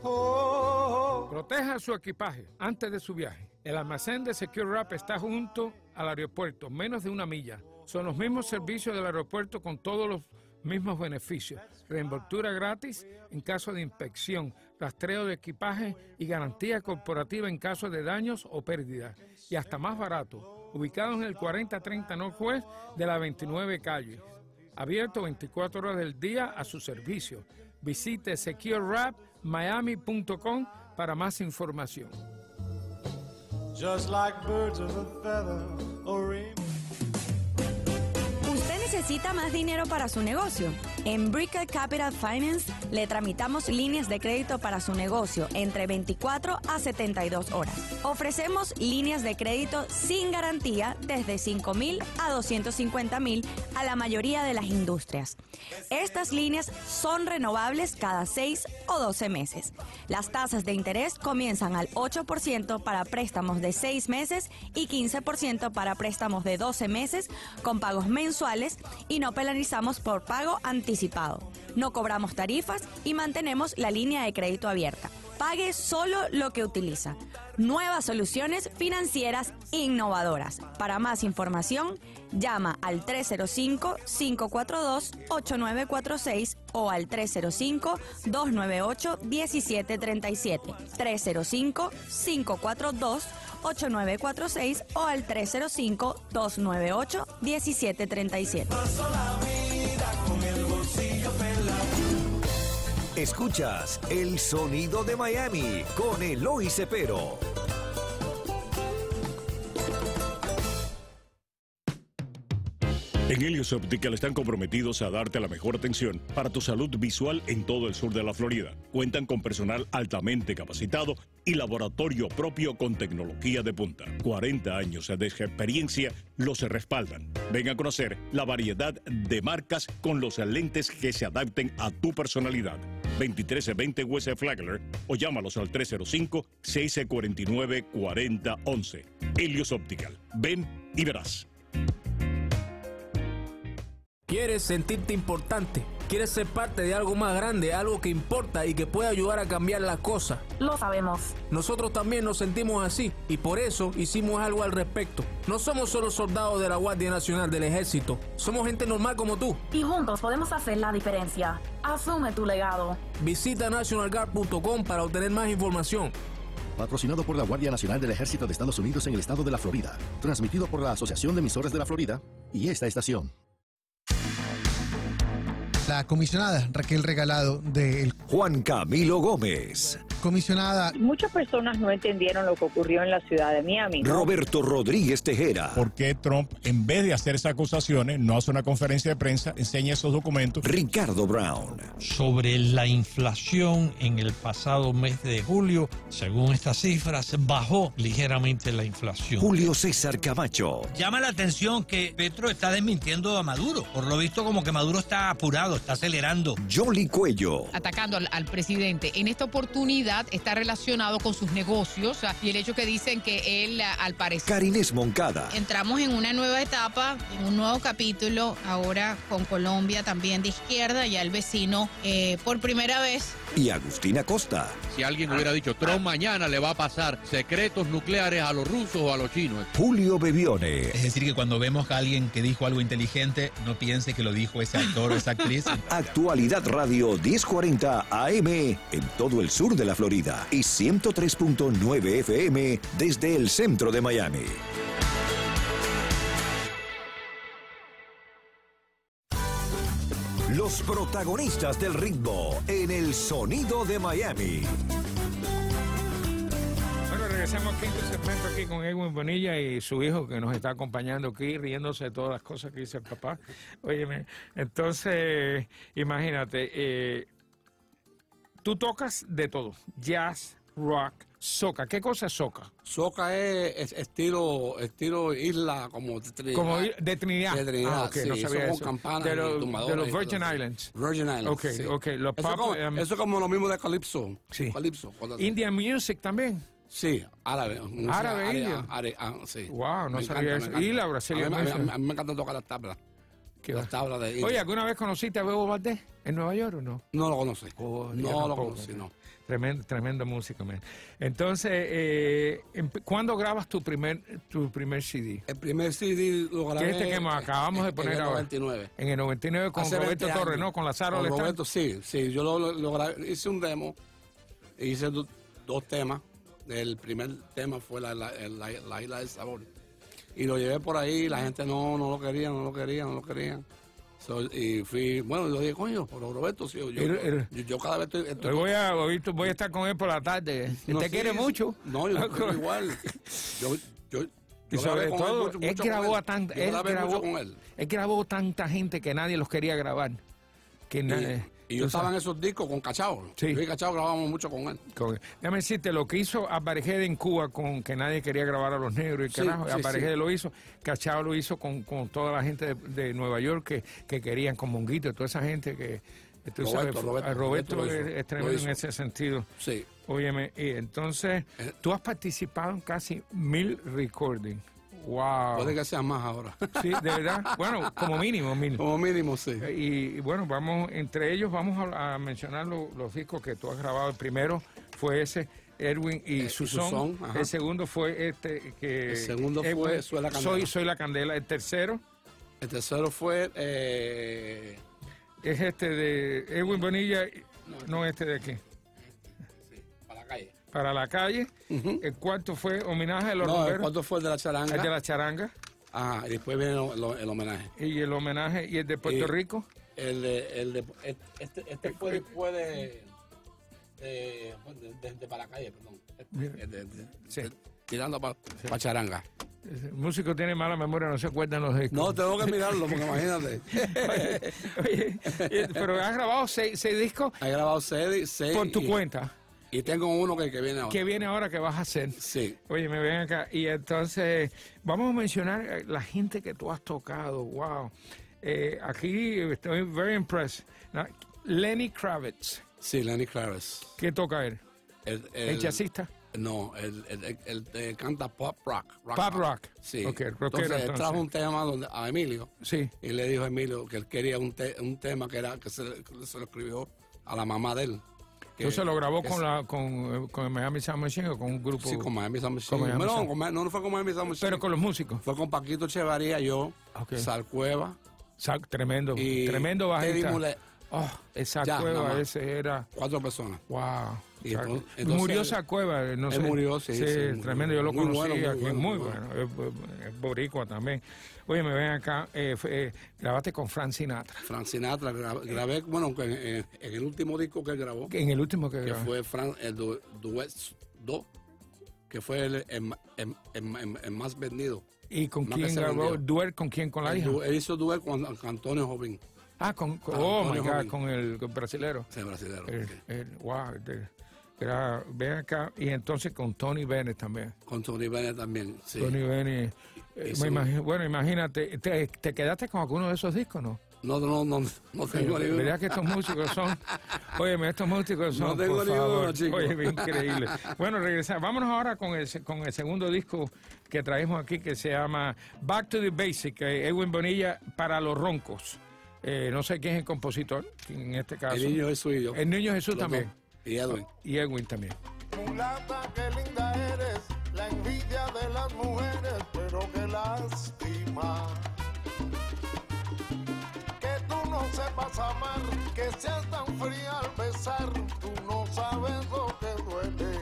F: Oh, oh.
C: Proteja su equipaje antes de su viaje. El almacén de Secure Wrap está junto al aeropuerto, menos de una milla. Son los mismos servicios del aeropuerto con todos los mismos beneficios. Reenvoltura gratis en caso de inspección, rastreo de equipaje y garantía corporativa en caso de daños o pérdidas. Y hasta más barato. Ubicados en el 4030 Northwest de la 29 Calle. Abierto 24 horas del día a su servicio. Visite securewrapmiami.com para más información.
F: Just like birds of a feather or a
I: ¿Usted necesita más dinero para su negocio? En Brickell Capital Finance le tramitamos líneas de crédito para su negocio entre 24 a 72 horas. Ofrecemos líneas de crédito sin garantía desde 5 mil a 250 mil a la mayoría de las industrias. Estas líneas son renovables cada 6 o 12 meses. Las tasas de interés comienzan al 8% para préstamos de 6 meses y 15% para préstamos de 12 meses con pagos mensuales y no penalizamos por pago anticipado. No cobramos tarifas y mantenemos la línea de crédito abierta. Pague solo lo que utiliza. Nuevas soluciones financieras innovadoras. Para más información, llama al 305-542-8946 o al 305-298-1737. 305-542-8946 o al 305-298-1737.
B: Escuchas el sonido de Miami con Eloy Cepero.
J: En Helios Optical están comprometidos a darte la mejor atención para tu salud visual en todo el sur de la Florida. Cuentan con personal altamente capacitado y laboratorio propio con tecnología de punta. 40 años de experiencia los respaldan. Ven a conocer la variedad de marcas con los lentes que se adapten a tu personalidad. 2320 West Flagler o llámalos al 305-649-4011. Helios Optical. Ven y verás.
K: ¿Quieres sentirte importante? ¿Quieres ser parte de algo más grande, algo que importa y que pueda ayudar a cambiar las cosas?
L: Lo sabemos.
K: Nosotros también nos sentimos así y por eso hicimos algo al respecto. No somos solo soldados de la Guardia Nacional del Ejército, somos gente normal como tú.
L: Y juntos podemos hacer la diferencia. Asume tu legado.
K: Visita nationalguard.com para obtener más información.
M: Patrocinado por la Guardia Nacional del Ejército de Estados Unidos en el estado de la Florida. Transmitido por la Asociación de Emisoras de la Florida y esta estación.
N: La comisionada Raquel Regalado del
B: Juan Camilo Gómez.
N: comisionada
O: Muchas personas no entendieron lo que ocurrió en la ciudad de Miami. ¿no?
B: Roberto Rodríguez Tejera.
P: ¿Por qué Trump, en vez de hacer esas acusaciones, no hace una conferencia de prensa, enseña esos documentos?
B: Ricardo Brown.
Q: sobre la inflación en el pasado mes de julio. Según estas cifras, bajó Oh, ligeramente la inflación.
B: Julio César Camacho.
R: Llama la atención que Petro está desmintiendo a Maduro. Por lo visto, como que Maduro está apurado, está acelerando.
B: Jolly Cuello.
S: atacando al, al presidente. En esta oportunidad está relacionado con sus negocios ah, y el hecho que dicen que él, ah, al parecer...
B: Karines Moncada.
S: Entramos en una nueva etapa, en un nuevo capítulo, ahora con Colombia también de izquierda, ya el vecino eh, por primera vez.
B: Y Agustina Costa.
T: Si alguien hubiera dicho, Trump mañana le va a pasar secretos nucleares a los rusos o a los chinos.
B: Julio Bebione.
U: Es decir, que cuando vemos a alguien que dijo algo inteligente, no piense que lo dijo ese actor o esa actriz.
B: Actualidad Radio 1040 AM en todo el sur de la Florida y 103.9 FM desde el centro de Miami. Los Los protagonistas del ritmo en el sonido de Miami.
C: Bueno, regresamos al quinto segmento aquí con Edwin Bonilla y su hijo que nos está acompañando aquí, riéndose de todas las cosas que dice el papá. Óyeme, entonces, imagínate, eh, tú tocas de todo, jazz, rock, soca. ¿Qué cosa es soca?
D: Soca es, es- estilo, estilo isla, como de Trinidad.
C: Como i- de Trinidad.
D: De Trinidad,
C: Ah, ok,
D: sí,
C: no
D: eso
C: sabía
D: con
C: eso.
D: campanas
C: De
D: y
C: los-
D: tumbadores
C: de los
D: y todo
C: Virgin
D: eso.
C: Islands.
D: Virgin Islands,
C: Ok,
D: sí.
C: ok, los
D: eso, es como,
C: papas, um,
D: eso es como lo mismo de Calypso. Sí. Calypso. cuando-
C: Indian music también.
D: Sí, árabe. música
C: Árabe,
D: área-
C: indio.
D: área- ah, sí.
C: Wow, no
D: Me
C: sabía
D: encanta,
C: eso.
D: me
C: Y la
D: encanta.
C: brasileña.
D: A mí, a mí-
C: música.
D: a mí me encanta tocar las tablas. las tablas de
C: Oye,
D: indio.
C: ¿alguna vez conociste a Bebo Valdés en Nueva York o no? Oh,
D: No lo conocí.
C: yo
D: no lo
C: tampoco,
D: conocí, no.
C: Tremendo, tremendo músico, man. Entonces, eh, empe- ¿cuándo grabas tu primer, tu primer CD?
D: El primer CD lo grabé.
C: Que este que hemos- acabamos de poner
D: en el
C: ahora.
D: 99.
C: En el 99 con
D: Hace 20
C: Roberto
D: años.
C: Torres, ¿no? Con Lazaro
D: este Con
C: Lestrade.
D: Roberto, sí, sí. Yo lo, lo- lo grabé, hice un demo, e hice do- dos temas. El primer tema fue la, la- el- la- la Isla del Sabor. Y lo llevé por ahí, la gente no, no lo quería, no lo quería, no lo quería. So, y fui, bueno, yo dije, coño, pero Roberto, sí, yo,
C: Era- era-
D: yo- yo cada vez estoy... estoy
C: Hoy voy a, hoy voy a estar con él por la tarde.
D: No,
C: ¿Te
D: sí,
C: quiere
D: sí.
C: mucho?
D: No, yo lo quiero igual. Yo, yo,
C: Y
D: yo grabé
C: sobre
D: con él
C: todo,
D: mucho-
C: él
D: mucho con
C: grabó a
D: Yo
C: tanta, él
D: grabé mucho
C: grabó,
D: con él.
C: él grabó tanta gente que nadie los quería grabar. Que nadie-
D: Y yo
C: tú
D: estaba en
C: sabes.
D: esos discos con Cachao.
C: Sí.
D: Yo y Cachao grabábamos mucho con él.
C: Con- Déjame decirte, lo que hizo Aparejede en Cuba con que nadie quería grabar a los negros y
D: Sí,
C: carajo,
D: sí,
C: Aparejede
D: sí.
C: lo hizo, Cachao lo hizo con, con toda la gente de, de Nueva York que, que querían, con Monguito, toda esa gente que... que tú
D: Roberto,
C: sabes,
D: Roberto,
C: a Roberto,
D: Roberto lo
C: es,
D: hizo,
C: es tremendo
D: lo hizo.
C: en ese sentido.
D: Sí. Eh.
C: Óyeme, y entonces, tú has participado en casi mil recordings. ¡Wow!
D: Puede que sea más ahora.
C: Sí, de verdad. Bueno, como mínimo, mil.
D: Como mínimo, sí.
C: Eh, Y, y bueno, vamos, entre ellos vamos a, a mencionar lo- los discos que tú has grabado. El primero fue ese, Erwin y Susón.
D: Susón, Eh, ajá.
C: el segundo fue este que...
D: El segundo fue
C: Erwin,
D: Soy la Eh, Candela.
C: Soy, Soy la Candela. El tercero
D: El tercero fue. eh,
C: es este de Erwin Bonilla, y- no este de aquí.
D: para la calle.
C: Para la calle. El cuarto fue homenaje a los
D: No, el
C: rumberos.
D: cuarto fue el de la charanga.
C: El de la charanga.
D: Ajá, y después viene lo- lo- el homenaje.
C: Y el homenaje. ¿Y el de Puerto
D: Y-
C: Rico?
D: El de. El de este, este fue después de. De, de, de- de para la calle, perdón.
C: Mira.
D: El de- de- de- tirando para charanga.
C: El músico tiene mala memoria, no se acuerdan los discos.
D: No, tengo que mirarlo, porque imagínate.
C: Eh, Pero has grabado seis, seis discos
D: He grabado seis. seis
C: por tu
D: y-
C: cuenta.
D: Y tengo uno que, que viene ahora.
C: ¿Qué viene ahora que vas a hacer?
D: Sí.
C: Oye, me ven acá. Y entonces, vamos a mencionar eh, la gente que tú has tocado. Wow. Eh, aquí estoy very impressed. Na- Lenny Kravitz,
D: Sí, Lenny Kravitz.
C: ¿qué toca él?
D: El,
C: ¿El jazzista?
D: No, el, el, el- el- eh, canta pop rock.
C: Pop rock.
D: Sí.
C: Ok, rockero,
D: entonces, él trajo
C: entonces.
D: un tema donde, a Emilio.
C: Sí.
D: Y le dijo a Emilio que él quería un, te- un tema que era que se, le- que se lo escribió a la mamá de él. Que-
C: Entonces lo grabó
D: que
C: con,
D: se-
C: la, con, eh, con el Miami Sound Machine o con un grupo.
D: Sí, con Miami Sound Machine.
C: Con Miami
D: Bueno,
C: Sound.
D: con Ma- no, no fue con Miami Sound Machine.
C: Pero con los músicos.
D: Fue con Paquito Echevarría, yo,
C: Ok.
D: Sal Cueva.
C: Sa- tremendo,
D: y
C: tremendo
D: Teddy
C: bajista.
D: Mulet.
C: Oh, esa
D: Ya,
C: cueva,
D: nada más.
C: ese era.
D: Cuatro personas.
C: Wow.
D: Y
C: Sa-
D: entonces- entonces
C: murió
D: él-
C: esa cueva, eh, no
D: él
C: sé.
D: murió, sí, sí, murió.
C: tremendo. Yo lo
D: Muy
C: conocí
D: bueno, muy
C: aquí,
D: bueno,
C: muy
D: muy
C: bueno. Es, es boricua también. Oye, me ven acá. eh, fue- eh, grabaste con Frank Sinatra.
D: Frank Sinatra, gra- grabé, bueno, que en, en- en el último disco que él grabó.
C: Que En el último que
D: que
C: grabó.
D: fue Fran, el du- Duet 2, que fue el, el- el- el- el- el más vendido.
C: ¿Y con
D: más que
C: quién
D: se
C: grabó?
D: vendió.
C: ¿Duel con quién? ¿Con la
D: Él
C: hija?
D: du- Él hizo Duet con, con Antonio Jovín.
C: Ah, con, con-
D: Con
C: oh my
D: Antonio
C: God,
D: Jovín.
C: con el, con el brasilero. Eh,
D: Sí, brasilero,
C: El-
D: sí.
C: el- wow, de- era- ven acá. Y entonces con Tony Bennett también.
D: Con Tony Bennett también, sí.
C: Tony Bennett. eh,
D: Ese-
C: me imagi- bueno, imagínate, te, te quedaste con alguno de esos discos, ¿no?
D: No, no, no, no tengo
C: Eh,
D: ni uno.
C: Verás que estos músicos son. Óyeme, estos músicos son.
D: No tengo
C: por
D: ni uno,
C: favor.
D: chico.
C: Óyeme, increíble. Bueno, regresamos. Vámonos ahora con el, se- con el segundo disco que traemos aquí que se llama Back to the Basic, eh, Edwin Bonilla para los roncos. Eh, no sé quién es el compositor, quién en este caso.
D: El niño Jesús y yo.
C: El niño Jesús
D: Los
C: también.
D: dos. Y Edwin.
C: Y Edwin también.
E: Mulata, qué linda eres, la envidia de las mujeres, pero qué lástima. Que tú no sepas amar, que seas tan fría al besar, tú no sabes lo que duele.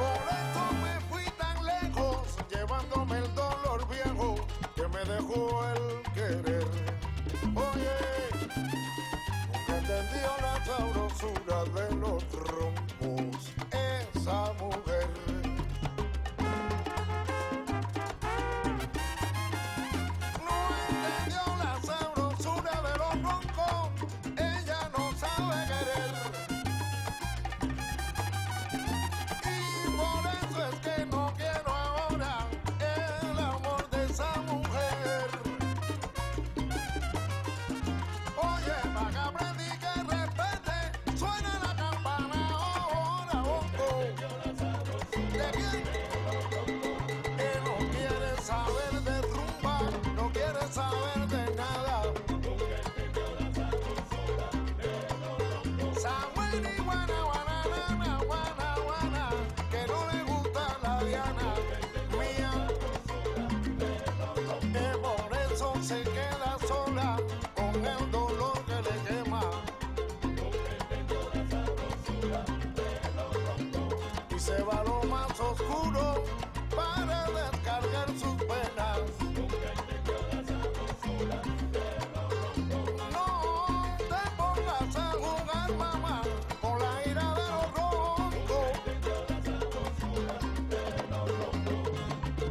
E: Por eso me fui tan lejos, llevándome el dolor viejo que me dejó el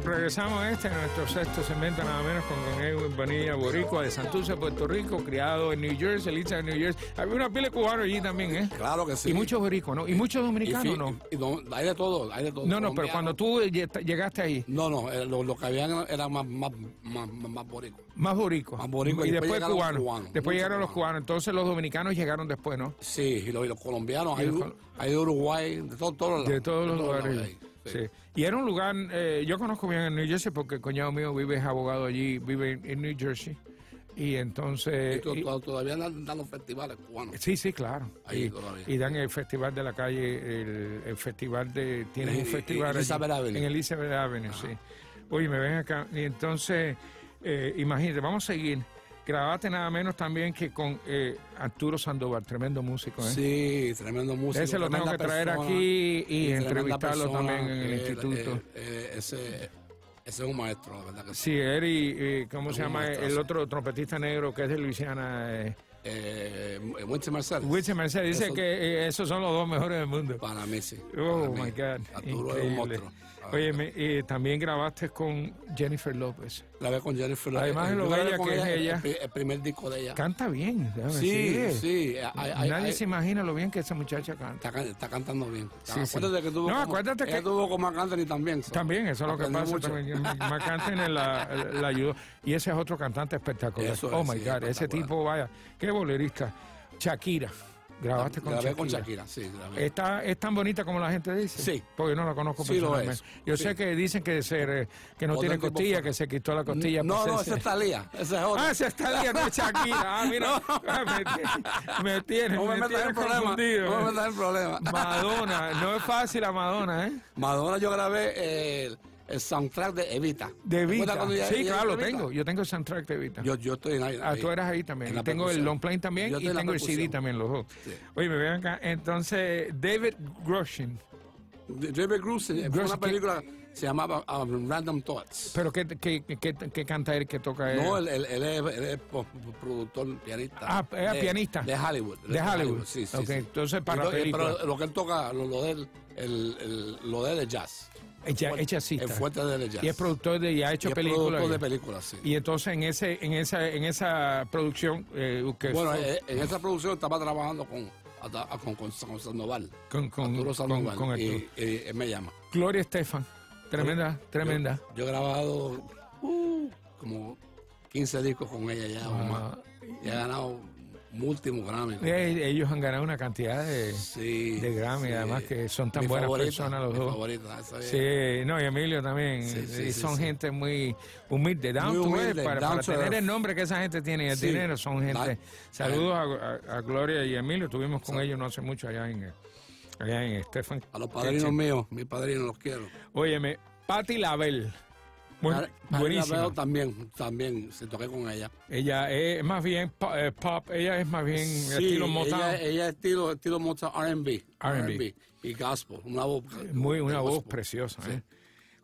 C: regresamos a este, nuestro sexto segmento, nada menos con Don Edwin Bonilla Boricua de Santurce, Puerto Rico, criado en New Jersey, Elitza de New Jersey. Había una pila de cubanos allí también, ¿eh?
D: Claro que sí.
C: Y muchos boricuas, ¿no? Y muchos dominicanos,
D: fi-
C: ¿no?
D: y don- hay de todo, hay de todo.
C: No, no, pero cuando tú lle- llegaste ahí,
D: No, no, eh, lo, lo que habían era más, más, más, más, más boricua.
C: más boricuas.
D: Más boricuas,
C: Y,
D: y después
C: después
D: llegaron los
C: cubanos.
D: cubanos,
C: Después
D: muchos
C: llegaron los cubanos. Entonces los dominicanos llegaron después, ¿no?
D: Sí, y los, y los colombianos,
C: Y
D: hay,
C: los
D: de-
C: col-
D: hay de Uruguay, de todo- todos los
C: De todos los
D: lados
C: lugares.
D: hay.
C: Sí. Y era un lugar, eh, yo conozco bien en New Jersey porque el cuñado mío vive, es abogado allí, vive en, en New Jersey. Y entonces...
D: Y to-
C: Eh, y-
D: to- todavía dan, dan los festivales cubanos.
C: Sí, sí, claro.
D: Ahí
C: y,
D: todavía.
C: y dan el festival de la calle, el, el festival de... Tienen
D: En-
C: un
D: en-
C: festival
D: en
C: allí,
D: Elizabeth Avenue.
C: En Elizabeth Avenue, sí. Oye, me ven acá. Y entonces, eh, imagínate, vamos a seguir. Grabaste nada menos también que con eh, Arturo Sandoval, tremendo músico, ¿eh?
D: Sí, tremendo músico.
C: Ese lo tengo
D: tremenda
C: que traer aquí y
D: tremenda
C: entrevistarlo
D: persona,
C: también en el
D: eh,
C: instituto.
D: eh, eh, ese, ese es un maestro, la verdad que
C: Sí, Eri, eh, ¿cómo se
D: Un
C: llama
D: maestro,
C: el
D: sí.
C: otro trompetista negro que es de Luisiana? Eh,
D: Eh, eh, Wilson Mercedes.
C: Wilson Mercedes dice
D: Eso-
C: que eh, esos son los dos mejores del mundo.
D: Para mí sí.
C: Oh,
D: para
C: my
D: mí.
C: God.
D: Arturo es un
C: increíble.
D: monstruo.
C: Oye, me- eh, también grabaste con Jennifer López.
D: Grabé con Jennifer López.
C: Además de
D: Eh, Yo
C: lo
D: grabé
C: bella
D: con
C: que es
D: el-
C: ella.
D: El, pri- el primer disco de ella.
C: Canta bien. déjame
D: Sí,
C: decirle.
D: sí, hay- hay-
C: Nadie
D: hay-
C: se imagina lo bien que esa muchacha canta.
D: Está, can- está cantando bien.
C: Sí,
D: acuérdate
C: sí.
D: que tuvo
C: No,
D: como-
C: acuérdate
D: ella
C: que-
D: tuvo con Marc Anthony también. so,
C: También, eso es lo que
D: aprendió
C: pasa.
D: mucho.
C: También, McCartney la, la ayudó. Y ese es otro cantante espectacular.
D: Eso
C: oh
D: es,
C: my
D: sí,
C: God, ese tipo, vaya, qué bolerista. Shakira, grabaste con
D: Grabé
C: Shakira. Eh,
D: con Shakira, sí. grabé.
C: Está, ¿Es tan bonita como la gente dice? Sí. Porque no la conozco
D: Sí, lo
C: personalmente.
D: es.
C: Yo
D: Sí.
C: sé que dicen que, se, eh, que no
D: Otro
C: tiene
D: tipo
C: costilla,
D: fue-
C: que se quitó la costilla.
D: No,
C: pues,
D: no,
C: ese-
D: esa es Talía. Esa es otra.
C: Ah, esa es Thalía, no es Shakira. Ah, mira, me, me tienes,
D: No
C: me
D: me metas en
C: tienes
D: problema,
C: confundido. eh.
D: no me metas en problema.
C: Madonna, no es fácil a Madonna, ¿eh?
D: Madonna, yo grabé eh, el, el soundtrack de Evita. ¿Te
C: De
D: acuerdas
C: Vita.
D: cuando ella-
C: Sí,
D: ella
C: claro, lo
D: hizo Evita?
C: tengo. Yo tengo el soundtrack de Vita.
D: Yo, yo estoy en ahí.
C: Ah,
D: ahí.
C: tú eras ahí también.
D: En la
C: Tengo el
D: percusión.
C: long plane también y
D: Yo estoy en la
C: tengo el CD
D: percusión.
C: también, los dos. Oye, me ven acá. Entonces, David Groshin.
D: De- David Cruz, eh, fue
C: Gross,
D: una
C: ¿qué-
D: película se llamaba um, Random Thoughts.
C: ¿Pero qué, qué, qué, qué canta él, qué toca él?
D: No, él, él- él es, él es po- productor, pianista.
C: Ah, era
D: De-
C: pianista.
D: De Hollywood.
C: De Hollywood.
D: Sí, sí.
C: Ok,
D: sí.
C: entonces para
D: Entonces,
C: película.
D: Pero lo que él toca, lo, lo de él, el, el- lo de él es jazz.
C: Echa-
D: Fuerte-
C: es jazzista.
D: Es fuerte de él es jazz.
C: Y es productor de, y ha hecho
D: Y es
C: películas.
D: productor de películas, sí.
C: Y entonces en ese, en esa, en esa producción eh, que
D: Bueno,
C: fue-
D: eh, en esa producción estaba trabajando con, ata- con, con, con Sandoval.
C: Con- con-
D: Arturo
C: con-
D: Sandoval.
C: con
D: y,
C: Arturo.
D: y él me llama.
C: Gloria Estefan, tremenda, tremenda.
D: Yo he grabado uh, como 15 discos con ella
C: Ah.
D: ya o más. Y he ganado múltiples Grammy.
C: Eh, ellos han ganado una cantidad de, de Grammy,
D: sí.
C: además que son tan
D: Mi
C: buenas
D: favorita,
C: personas los
D: mi
C: dos.
D: favorita, esa es.
C: Sí, no, y Emilio también.
D: Sí, sí,
C: y
D: sí,
C: son
D: sí.
C: gente muy humilde. Down
D: Muy
C: to earth,
D: humilde,
C: para,
D: down
C: para
D: to
C: tener
D: earth.
C: el nombre que esa gente tiene y el
D: Sí.
C: dinero, son gente.
D: La-
C: Saludos a, a- a Gloria y Emilio, estuvimos con ellos no hace mucho allá en, eh, allá en Estefan.
D: A los padrinos míos, mis padrinos los quiero.
C: Óyeme, Patti Label. Buen-
D: Mar- Marina
C: buenísima.
D: Veo también, también, se toqué con ella.
C: Ella es más bien po- eh, pop, ella es más bien
D: Sí,
C: estilo Motown.
D: Ella, ella es estilo, estilo Motown R&B.
C: R&B.
D: Y gospel, una voz.
C: Eh, Muy, una voz preciosa. ¿eh?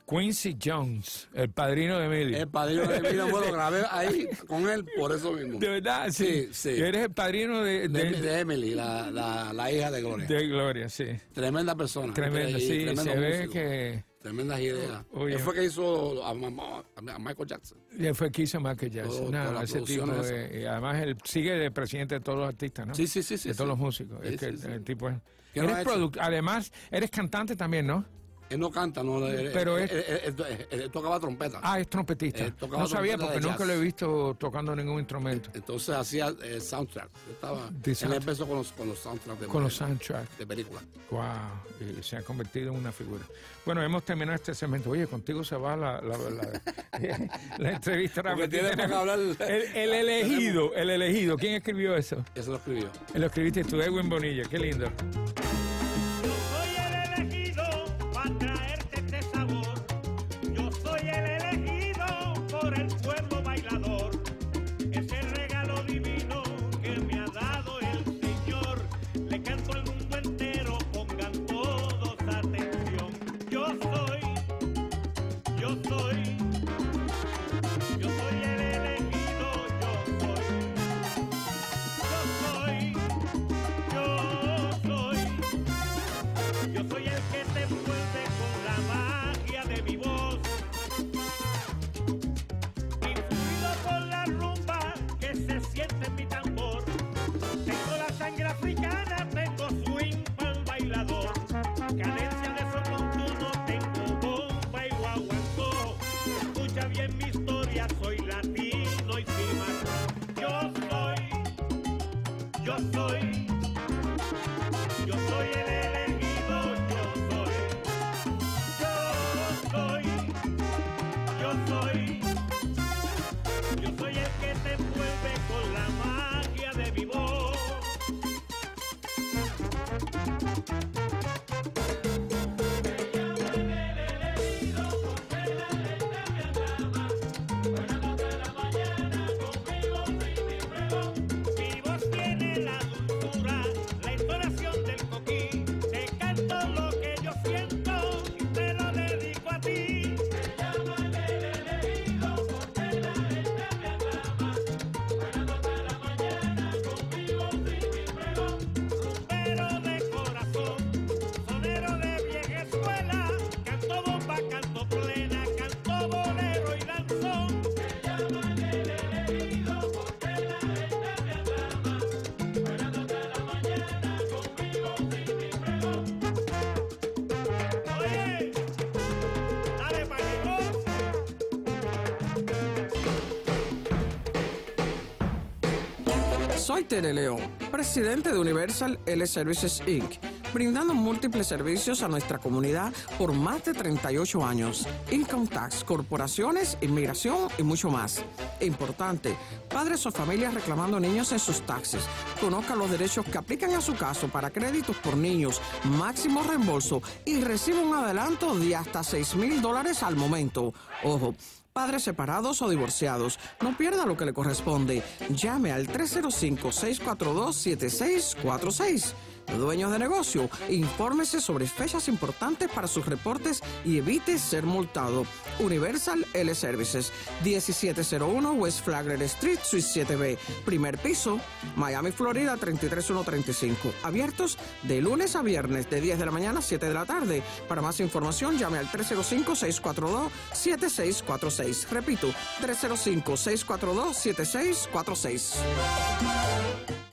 C: Quincy Jones, el padrino de Emilio.
D: El padrino de Emilio, eh, bueno, grabé ahí con él por eso mismo.
C: De verdad, sí.
D: Sí, sí.
C: Eres el padrino de,
D: De,
C: de-
D: de Emily, la, la, la hija de Gloria.
C: de Gloria, sí.
D: Tremenda persona.
C: Tremenda,
D: Y
C: sí,
D: tremendo
C: se ve
D: músico.
C: que Oh,
D: Tremendas ideas.
C: Oye.
D: Él fue que hizo a, mamá- a Michael Jackson.
C: le fue que hizo más que jazz.
D: Todo-
C: Nada,
D: toda Oh, la
C: ese tipo
D: producción esa.
C: de- y además él sigue de presidente de todos los artistas, ¿no?
D: Sí, sí, sí, sí,
C: De todos
D: sí.
C: los músicos.
D: Sí,
C: es que
D: sí, sí.
C: el tipo es.
D: ¿Qué no
C: eres
D: ha hecho?
C: produc- además, eres cantante también, ¿no?
D: Él no canta, no. él-
C: Pero
D: él,
C: es-
D: él- él- él- él tocaba trompeta.
C: Ah, es trompetista.
D: Él Eh, tocaba
C: no sabía
D: trompeta
C: porque
D: de
C: nunca
D: jazz.
C: lo he visto tocando ningún instrumento.
D: Entonces hacía eh, soundtrack. Yo Estaba,
C: De
D: él
C: soundtrack.
D: empezó con los, con los soundtracks de,
C: Con los soundtracks.
D: de películas.
C: Wow, y se ha convertido en una figura. Bueno, hemos terminado este segmento. Oye, contigo se va la, la, la- la entrevista
D: Porque
C: rápida.
D: tiene que hablar-
C: el, el elegido, el elegido. ¿Quién escribió eso?
D: Eso lo escribió.
C: Lo escribiste tú, Edwin Bonilla. Qué lindo.
F: para traerte este sabor. Yo soy el elegido por el pueblo bailador. Ese regalo divino que me ha dado el Señor. Le canto al mundo entero, pongan todos atención. Yo soy, yo soy, yo soy el elegido, yo soy, yo soy, yo soy. yo soy, yo soy el elegido, yo soy, yo soy, yo soy, yo soy el que te envuelve con la magia de mi voz. Mi voz tiene la dulzura, la entonación del coquí. Te canto lo que yo siento y te lo dedico a ti. Se llama el elegido porque la gente me aclama. Buenas de la mañana conmigo sin mi pregón. Rumbero de corazón, sonero de vieja escuela. Canto bomba, canto plena, canto bolero y danzón. Se llama el elegido porque la gente me aclama.
A: Soy Tere León, presidente de Universal L Services Inc., brindando múltiples servicios a nuestra comunidad por más de 38 años. Income tax, corporaciones, inmigración y mucho más. Importante, padres o familias reclamando niños en sus taxes. Conozca los derechos que aplican a su caso para créditos por niños, máximo reembolso y reciba un adelanto de hasta 6 mil dólares al momento. Ojo. Padres separados o divorciados, no pierda lo que le corresponde. Llame al 305-642-7646. Dueños de negocio, infórmese sobre fechas importantes para sus reportes y evite ser multado. Universal L Services, 1701 West Flagler Street, Suite 7B, primer piso, Miami, Florida, 33135. Abiertos de lunes a viernes, de 10 de la mañana a 7 de la tarde. Para más información, llame al 305-642-7646. Repito, 305-642-7646.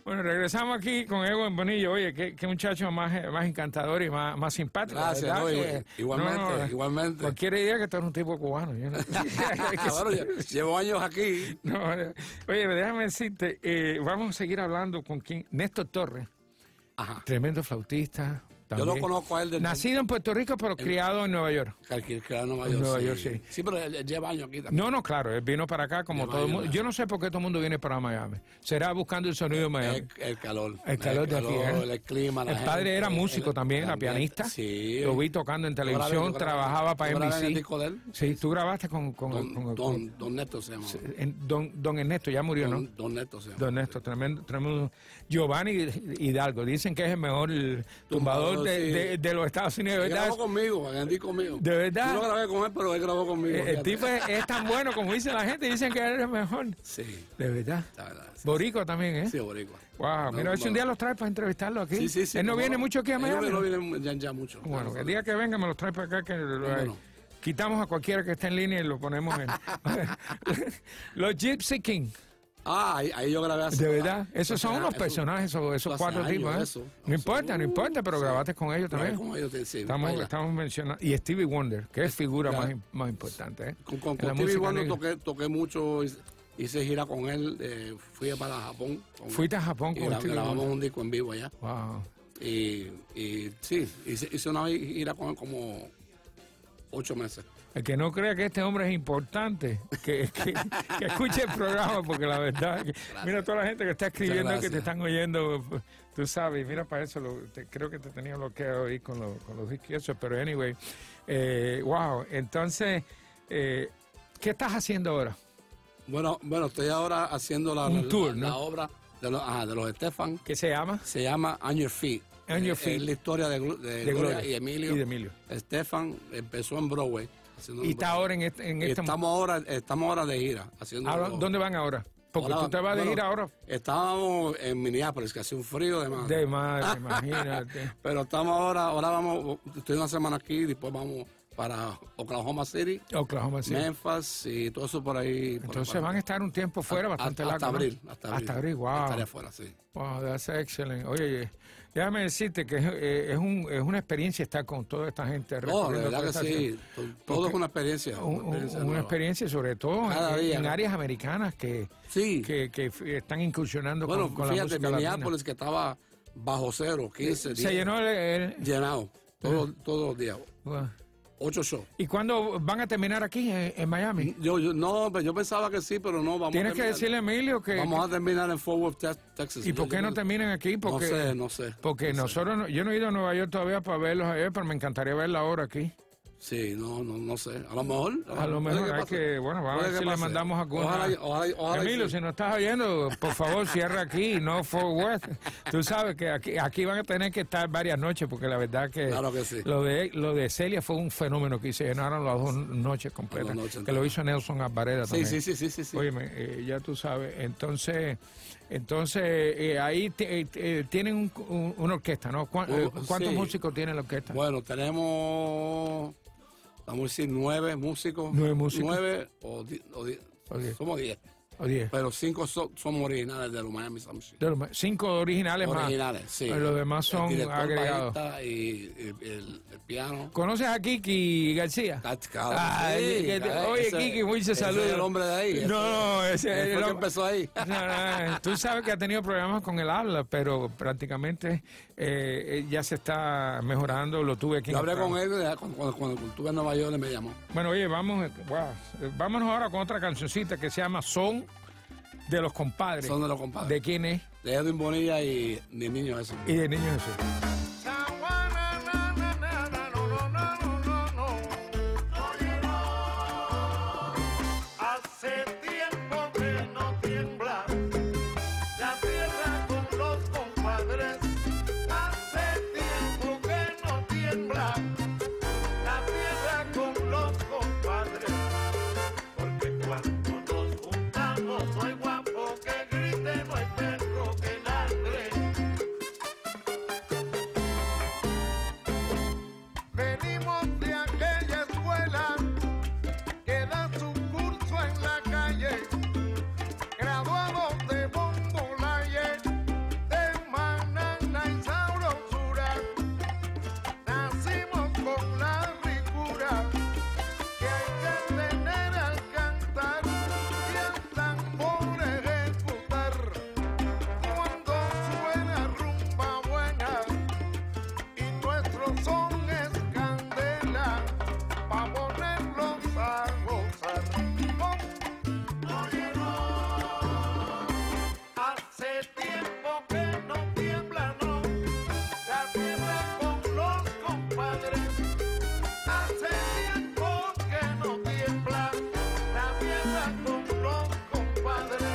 C: Bueno, regresamos aquí con Ewan Bonillo. Oye, qué, qué muchacho más, eh, más encantador y más, más simpático.
D: Gracias,
C: ¿verdad?
D: no,
C: Que-
D: igu- igualmente, igualmente.
C: Cualquier idea que tú eres un tipo cubano. yo no-
D: Bueno, lle- llevo años aquí.
C: No, eh, oye, déjame decirte, eh, vamos a seguir hablando con quien, Néstor Torres, tremendo flautista.
D: Yo lo
C: también.
D: conozco a él desde
C: Nacido en Puerto Rico, pero criado en Nueva York.
D: Calquilcrano, Nueva
C: En
D: York.
C: Nueva
D: sí.
C: York, sí.
D: pero él- él lleva años aquí también.
C: No, no, claro, él vino para acá como
D: De
C: todo el mundo.
D: Miami.
C: Yo no sé por qué todo el mundo viene para Miami. Será buscando el sonido de Miami.
D: El, el calor.
C: El calor de aquí, ¿eh?
D: El clima, la
C: El padre
D: gente,
C: era músico
D: el-
C: también, era
D: también,
C: pianista.
D: Sí.
C: Lo vi tocando en
D: Yo grabé-
C: televisión,
D: yo grabé-
C: trabajaba para
D: yo grabé en el
C: NBC.
D: disco de él.
C: Sí, tú grabaste con, con, con- con-
D: Don, don Néstor se llama.
C: en- don, don Ernesto, ya murió, ¿no?
D: Don, don Néstor se llama.
C: Don Néstor, tremendo, tremendo. Giovanni Hidalgo, dicen que es el mejor tumbador de,
D: sí.
C: de- de los Estados Unidos,
D: Él
C: ¿verdad?
D: grabó conmigo, Andy conmigo.
C: ¿De verdad?
D: Yo no grabé con él, pero él grabó conmigo.
C: Eh, El
D: fíjate.
C: tipo es, es tan bueno como dice la gente, dicen que él es el mejor.
D: Sí.
C: De verdad. Boricua también, ¿eh? Sí, Boricua. Wow, mira, a ver si un día los trae para entrevistarlo aquí.
D: Sí, sí, sí.
C: Él no
D: cómo
C: viene mucho aquí a
D: Él
C: Miami. ¿no?
D: No viene ya, ya mucho.
C: Bueno, que el día que venga me los trae para acá, que lo-
D: ¿Cómo no?
C: quitamos a cualquiera que esté en línea y lo ponemos en... los Gypsy King.
D: Ah, ahí, ahí yo grabé hace.
C: De verdad, esos
D: hace
C: son
D: años,
C: unos personajes, esos, esos
D: hace
C: cuatro
D: años,
C: tipos, ¿eh?
D: eso.
C: no importa, no importa, pero grabaste con ellos
D: grabé
C: también.
D: con ellos, sí, sí,
C: estamos,
D: baila.
C: estamos mencionando. Y Stevie Wonder, que es figura
D: ya.
C: más, im- más importante, ¿eh?
D: Con, con,
C: En la
D: con Stevie
C: música
D: Wonder
C: negra.
D: toqué, toqué mucho, hice- hice gira con él, eh, fui para Japón. con-
C: Fuiste a Japón
D: y
C: con
D: gra-
C: Stevie
D: grabamos
C: Wonder.
D: un disco en vivo allá.
C: Wow.
D: Y, y sí, hice, hice una gira con él como ocho meses.
C: El que no crea que este hombre es importante, que, que- que escuche el programa, porque la verdad, que- mira toda la gente que está escribiendo,
D: Muchas
C: que te
D: gracias.
C: están oyendo, tú sabes, y mira para eso, lo- te- creo que te tenía bloqueado ahí con, lo- con los discos, y eso, pero anyway, eh, wow, entonces, eh, ¿qué estás haciendo ahora?
D: Bueno, bueno, estoy ahora haciendo la,
C: Un
D: la-
C: tour,
D: la
C: ¿no?
D: obra de los, ajá, de los Estefan.
C: ¿Qué se llama?
D: Se llama On Your Feet.
C: On Your
D: Eh,
C: Feet.
D: Es la historia de, Glo- de
C: De
D: Gloria,
C: Gloria
D: y Emilio.
C: y de Emilio.
D: Estefan empezó en Broadway. haciendo
C: Y
D: un-
C: está ahora en este... En
D: Y
C: este
D: estamos, ahora, estamos ahora de gira. Haciendo
C: ahora,
D: lo-
C: ¿Dónde van ahora? Porque
D: ahora-
C: tú te vas de
D: bueno,
C: ir ahora.
D: Estábamos en Minneapolis, que hacía un frío de madre.
C: De madre, imagínate.
D: Pero estamos ahora, ahora vamos, estoy una semana aquí, después vamos para Oklahoma City,
C: Oklahoma City.
D: Memphis y todo eso por ahí. por
C: Entonces
D: ahí para-
C: van a estar un tiempo fuera
D: A-
C: bastante
D: a-
C: largo.
D: hasta
C: ¿no?
D: abril, hasta abril.
C: Hasta abril, wow.
D: Estaré afuera, sí.
C: Wow, that's excellent. Oye, eh, déjame decirte que es, eh, es un- es una experiencia estar con toda esta gente.
D: No, Oh, de
C: recorriendo
D: verdad
C: toda
D: que
C: esta
D: sí.
C: ciudad.
D: To- Todo es una experiencia.
C: Un- un-
D: Una experiencia
C: una
D: nueva.
C: experiencia, sobre todo
D: Cada
C: en,
D: día,
C: en
D: ¿no?
C: áreas americanas que, que, que f- están incursionando con-
D: Bueno,
C: con, la
D: fíjate,
C: música latina.
D: Minneapolis que estaba bajo cero, 15,
C: Se llenó el- el-
D: Llenado, todo- todos los días.
C: Wow.
D: Ocho shows.
C: ¿Y cuándo van a terminar aquí en, en Miami?
D: Yo, yo- no, pero yo pensaba que sí, pero no, vamos
C: Tienes
D: a
C: que
D: terminar.
C: decirle a Emilio que...
D: Vamos a terminar en Fort Worth, Tex- Texas.
C: ¿Y
D: Yo-
C: por qué
D: yo
C: no
D: me-
C: terminan aquí?
D: No
C: Porque,
D: sé, no sé.
C: Porque nosotros, no- yo no he ido a Nueva York todavía para verlos ayer, pero me encantaría verla ahora aquí.
D: Sí, no, no, no sé. A lo mejor.
C: A lo mejor hay que, bueno, vamos a ver si le mandamos alguna.
D: Ojalá, ojalá, ojalá y
C: Emilio,
D: sí.
C: si nos estás oyendo, por favor, cierra aquí, no forward. Tú sabes que aquí, aquí van a tener que estar varias noches, porque la verdad que,
D: Claro que sí.
C: lo de lo de Celia fue un fenómeno que se llenaron las dos noches completas,
D: Las noches
C: que lo hizo Nelson Alvareda
D: Sí,
C: también.
D: sí, sí, sí, sí, sí.
C: Óyeme, eh, ya tú sabes. Entonces, entonces eh, ahí te- eh, eh, tienen un- un- una orquesta, ¿no? ¿Cuán- eh,
D: Uh,
C: ¿Cuántos
D: sí.
C: músicos tiene la orquesta?
D: Bueno, tenemos, vamos a decir, nueve músicos.
C: Nueve músicos.
D: Nueve o, di- o di- Somos diez.
C: O diez.
D: Pero cinco so- somos originales de los Miami Sound Machine.
C: De los ma- Cinco originales, más.
D: Originales, sí.
C: Pero los demás
D: El
C: son
D: director,
C: agregados.
D: bajista Y, y el, el piano.
C: ¿Conoces a Kiki García? Ah,
D: sí,
C: que te-
D: claro,
C: oye,
D: ese-
C: Kiki,
D: ese
C: muchos
D: es
C: saludos.
D: el hombre de ahí,
C: No, no,
D: ese-
C: ese
D: él
C: es
D: fue
C: el
D: que
C: hombre-
D: empezó ahí.
C: No, no, no, tú sabes que ha tenido problemas con el habla, pero prácticamente eh, eh, ya se está mejorando. Lo tuve aquí. en
D: Yo hablé
C: el
D: con
C: programa.
D: él eh, cuando, cuando, cuando estuve en Nueva York, él me llamó.
C: Bueno, oye, vamos, eh, guau, eh, vámonos ahora con otra cancioncita que se llama Son de los compadres.
D: Son de los compadres.
C: ¿De quién es?
D: De Edwin Bonilla y de niño eso.
C: Y de niños eso.
E: Hace tiempo que no tiembla la tierra con los compadres. Hace tiempo que no tiembla la tierra con los compadres. Porque cuando nos juntamos no hay guapo que grite, no hay perro que ladre. Venimos de aquella escuela que da su curso en la calle, graduados de Bombolaye, de Manana y Saurosura. Nacimos con la ricura que hay que tener al cantar y al tambor ejecutar. Cuando suena rumba buena y nuestro son es candela pa' ponerlos a gozar. No llegó. Hace tiempo que no tiembla, no, la tierra con los compadres. Hace tiempo que no tiembla, la tierra con los compadres.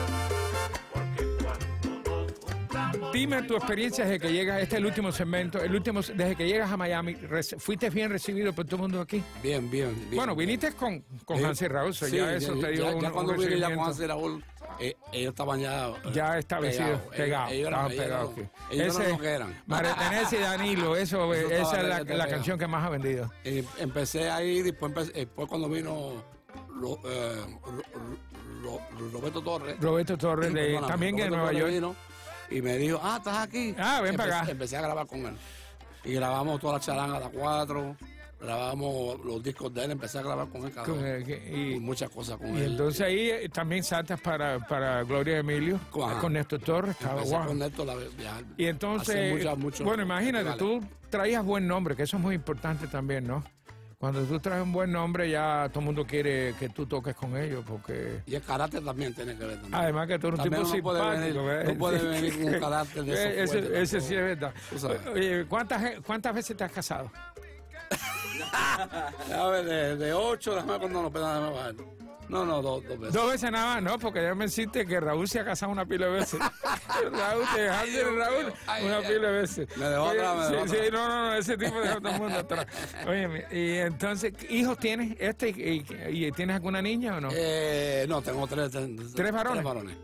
C: Dime tu experiencia desde que llegas, este es el último segmento, el último, desde que llegas a Miami, reci- ¿fuiste bien recibido por todo el mundo aquí?
D: Bien, bien, bien.
C: Bueno, viniste con, con
D: Sí.
C: Hansi Raúl, so
D: Sí,
C: ya eso te dio
D: ya,
C: un,
D: ya
C: un
D: cuando vine ya
C: recibimiento.
D: con Hansi Raúl, eh, ellos estaban ya. eh,
C: Ya establecidos, pegados,
D: pegados. Ellos,
C: estaban
D: ellos eran-
C: pegados. aquí.
D: ellos eran
C: Ese-
D: lo que eran.
C: María Teresa y Danilo, eso,
D: Eso
C: eh,
D: estaba
C: esa es la,
D: requete
C: la
D: pegado.
C: canción que más ha vendido.
D: Eh, empecé ahí, después, empecé- después cuando vino lo- eh, lo- lo- Roberto Torres.
C: Roberto Torres, de-
D: Perdóname,
C: también que de
D: Roberto
C: Nueva
D: Torres
C: York.
D: vino y me dijo, ah, estás aquí.
C: Ah, ven para
D: Empecé-
C: acá.
D: Empecé a grabar con él. Y grabamos todas las charangas, las cuatro. Grabamos los discos de él, empecé a grabar con él cada
C: Con
D: vez.
C: él, que- y-
D: Y muchas cosas con
C: Y
D: él.
C: entonces ahí eh, también saltas para, para Gloria Emilio,
D: Ajá.
C: con Néstor Torres, estaba
D: Empecé
C: guau.
D: con Néstor la- viajar.
C: Y entonces, eh,
D: Hacer muchas- muchos
C: bueno, imagínate,
D: festivales.
C: tú traías buen nombre, que eso es muy importante también, ¿no? Cuando tú traes un buen nombre, ya todo el mundo quiere que tú toques con ellos, porque...
D: Y el carácter Este también tiene que ver. También.
C: Además que tú eres un
D: También
C: tipo
D: no puede venir-
C: simpático. ¿eh?
D: no puede venir con un carácter de
C: Eh,
D: esos
C: Ese,
D: fuertes
C: ese sí es verdad.
D: Tú sabes.
C: Oye, ¿cuántas, ge- ¿Cuántas veces te has casado?
D: A ver, de, de 8, déjame cuando nos pedan, déjame bajar. No, no, dos, dos veces.
C: Dos veces nada más, no, porque ya me hiciste que Raúl se ha casado una pila de veces. Raúl, te dejaste de Raúl
D: Ay,
C: una
D: ay,
C: pila de veces.
D: Me dejó
C: Oye,
D: atrás, me
C: sí,
D: dejó
C: sí,
D: atrás.
C: no, no, no, ese tipo dejó a todo el mundo atrás. Oye, mi- y entonces, ¿qué ¿hijos tienes? ¿Este y, y- y tienes alguna niña o no?
D: Eh, no, tengo tres. ¿Tres,
C: ¿Tres varones?
D: Tres varones.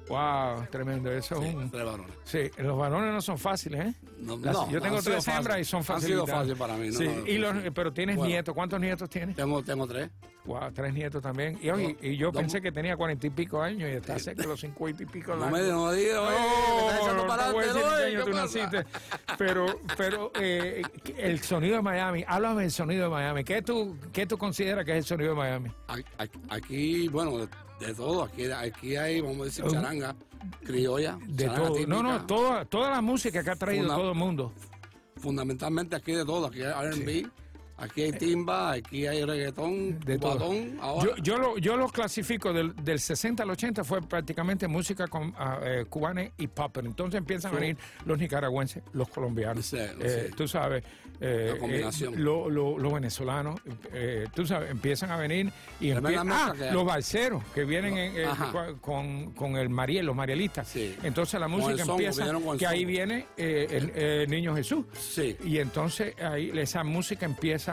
C: Wow, tremendo, eso es un...
D: Tres varones.
C: Sí, los varones no son fáciles, ¿eh?
D: No,
C: Las-
D: no,
C: yo
D: no
C: tengo
D: han sido
C: tres hembras
D: fácil.
C: y son
D: Han sido
C: facilitadas.
D: fácil para mí, no,
C: Sí,
D: no, no,
C: y
D: no.
C: los- pero tienes
D: Bueno.
C: nietos. ¿Cuántos nietos tienes?
D: Tengo, tengo tres.
C: Wow, tres nietos también. Y, oye, y yo pensé que tenía cuarenta y pico años y está cerca de los cincuenta y pico
D: No
C: largo.
D: me- no me digas,
C: No,
D: oye, me estás echando
C: no
D: para
C: voy a
D: adelante,
C: decir en qué año
D: oye,
C: tú
D: ¿qué
C: naciste. Pero, pero eh, el sonido de Miami, háblame del sonido de Miami. ¿Qué tú, qué tú consideras que es el sonido de Miami?
D: Aquí, aquí, bueno, de, de todo. Aquí, aquí hay, vamos a decir, charanga, criolla,
C: De
D: charanga
C: todo.
D: típica.
C: No, no, toda, toda la música que ha traído
D: Funda-
C: todo el mundo.
D: Fundamentalmente aquí de todo. Aquí hay R&B, aquí hay timba, aquí hay reggaetón,
C: Eh, De todo.
D: cubatón, ahora.
C: Yo, yo, lo, yo los clasifico del, del 60 al 80 fue prácticamente música con, ah, eh, cubana y pop. Pero Entonces empiezan a
D: Sí.
C: venir los nicaragüenses, los colombianos, eh,
D: sí.
C: tú sabes, eh,
D: La combinación.
C: eh, lo- lo- los venezolanos, eh, tú sabes, empiezan a venir y
D: Tremenda
C: empie-
D: mezcla
C: ah,
D: que hay.
C: los balseros que vienen en- en-
D: Ajá.
C: cua- con, con el Mariel, los marielistas. Entonces la
D: Con el
C: música
D: songo,
C: empieza,
D: vinieron con el
C: que ahí
D: songo.
C: viene eh, el, eh, Niño Jesús. Y entonces ahí esa música empieza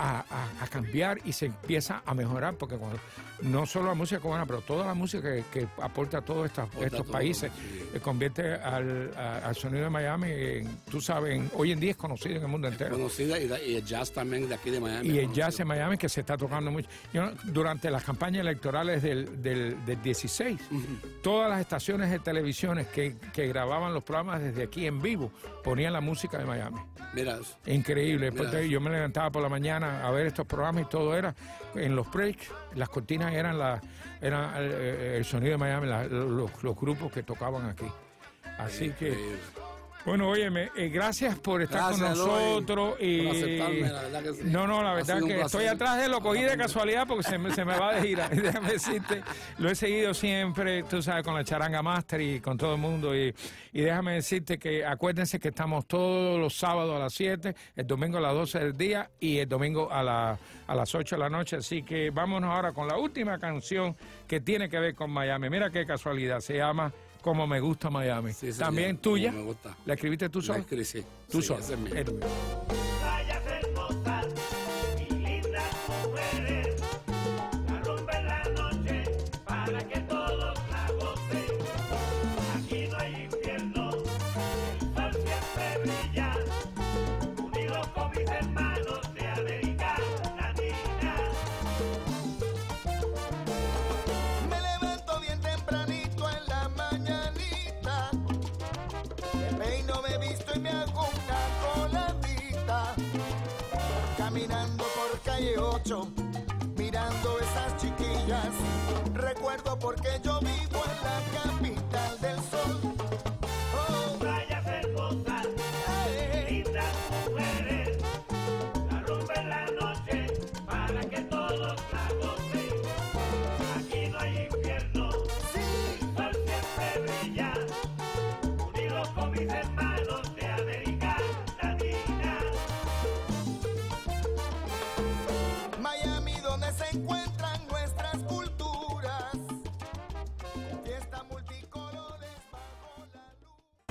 C: a, a- a cambiar y se empieza a mejorar, porque cuando- no solo la música cubana, pero toda la música que, que aporta a todos esta- estos
D: todo,
C: países, eh, convierte al, a- al sonido de Miami, en- tú sabes, en- hoy en día es conocido en el mundo entero.
D: Conocida y, da- y el jazz también de aquí de Miami.
C: Y el
D: conocido.
C: jazz en Miami que se está tocando mucho. Yo no- durante las campañas electorales del, del, del 16, todas las estaciones de televisiones que, que grababan los programas desde aquí en vivo ponían la música de Miami.
D: Mira,
C: Increíble. Después
D: Mira.
C: de- yo me levantaba por la mañana a ver estos programas y todo era en los breaks. Las cortinas eran la, eran eh, el sonido de Miami, la- los, los grupos que tocaban aquí. Así que, bueno, óyeme, eh, gracias por estar
D: Gracias,
C: con
D: Eloy,
C: nosotros. y-
D: por aceptarme, la verdad que sí.
C: No, no, la
D: Ha
C: verdad
D: sido un
C: que estoy
D: placer.
C: atrás de lo cogí de casualidad porque se me, se me va de gira. Déjame decirte, lo he seguido siempre, tú sabes, con la charanga master y con todo el mundo. Y, y déjame decirte que acuérdense que estamos todos los sábados a las 7, el domingo a las 12 del día y el domingo a, la- a las 8 de la noche. Así que vámonos ahora con la última canción que tiene que ver con Miami. Mira qué casualidad, se llama Como me gusta Miami.
D: señor,
C: También
D: Como
C: tuya.
D: me gusta.
C: ¿La escribiste tú solo?
D: escribí, sí.
C: Tú
D: Sí,
C: solo.
D: ese es mío.
F: playas hermosas y lindas mujeres. La rumba en la noche para que todos la gocen. Aquí no hay infierno, el sol siempre brilla. Unidos con mis hermanos de América Latina.
E: Me levanto bien tempranito en la mañanita. Me peino, me visto y me hago una coladita. Caminando por calle 8, mirando esas chiquillas. Recuerdo porque yo Oh,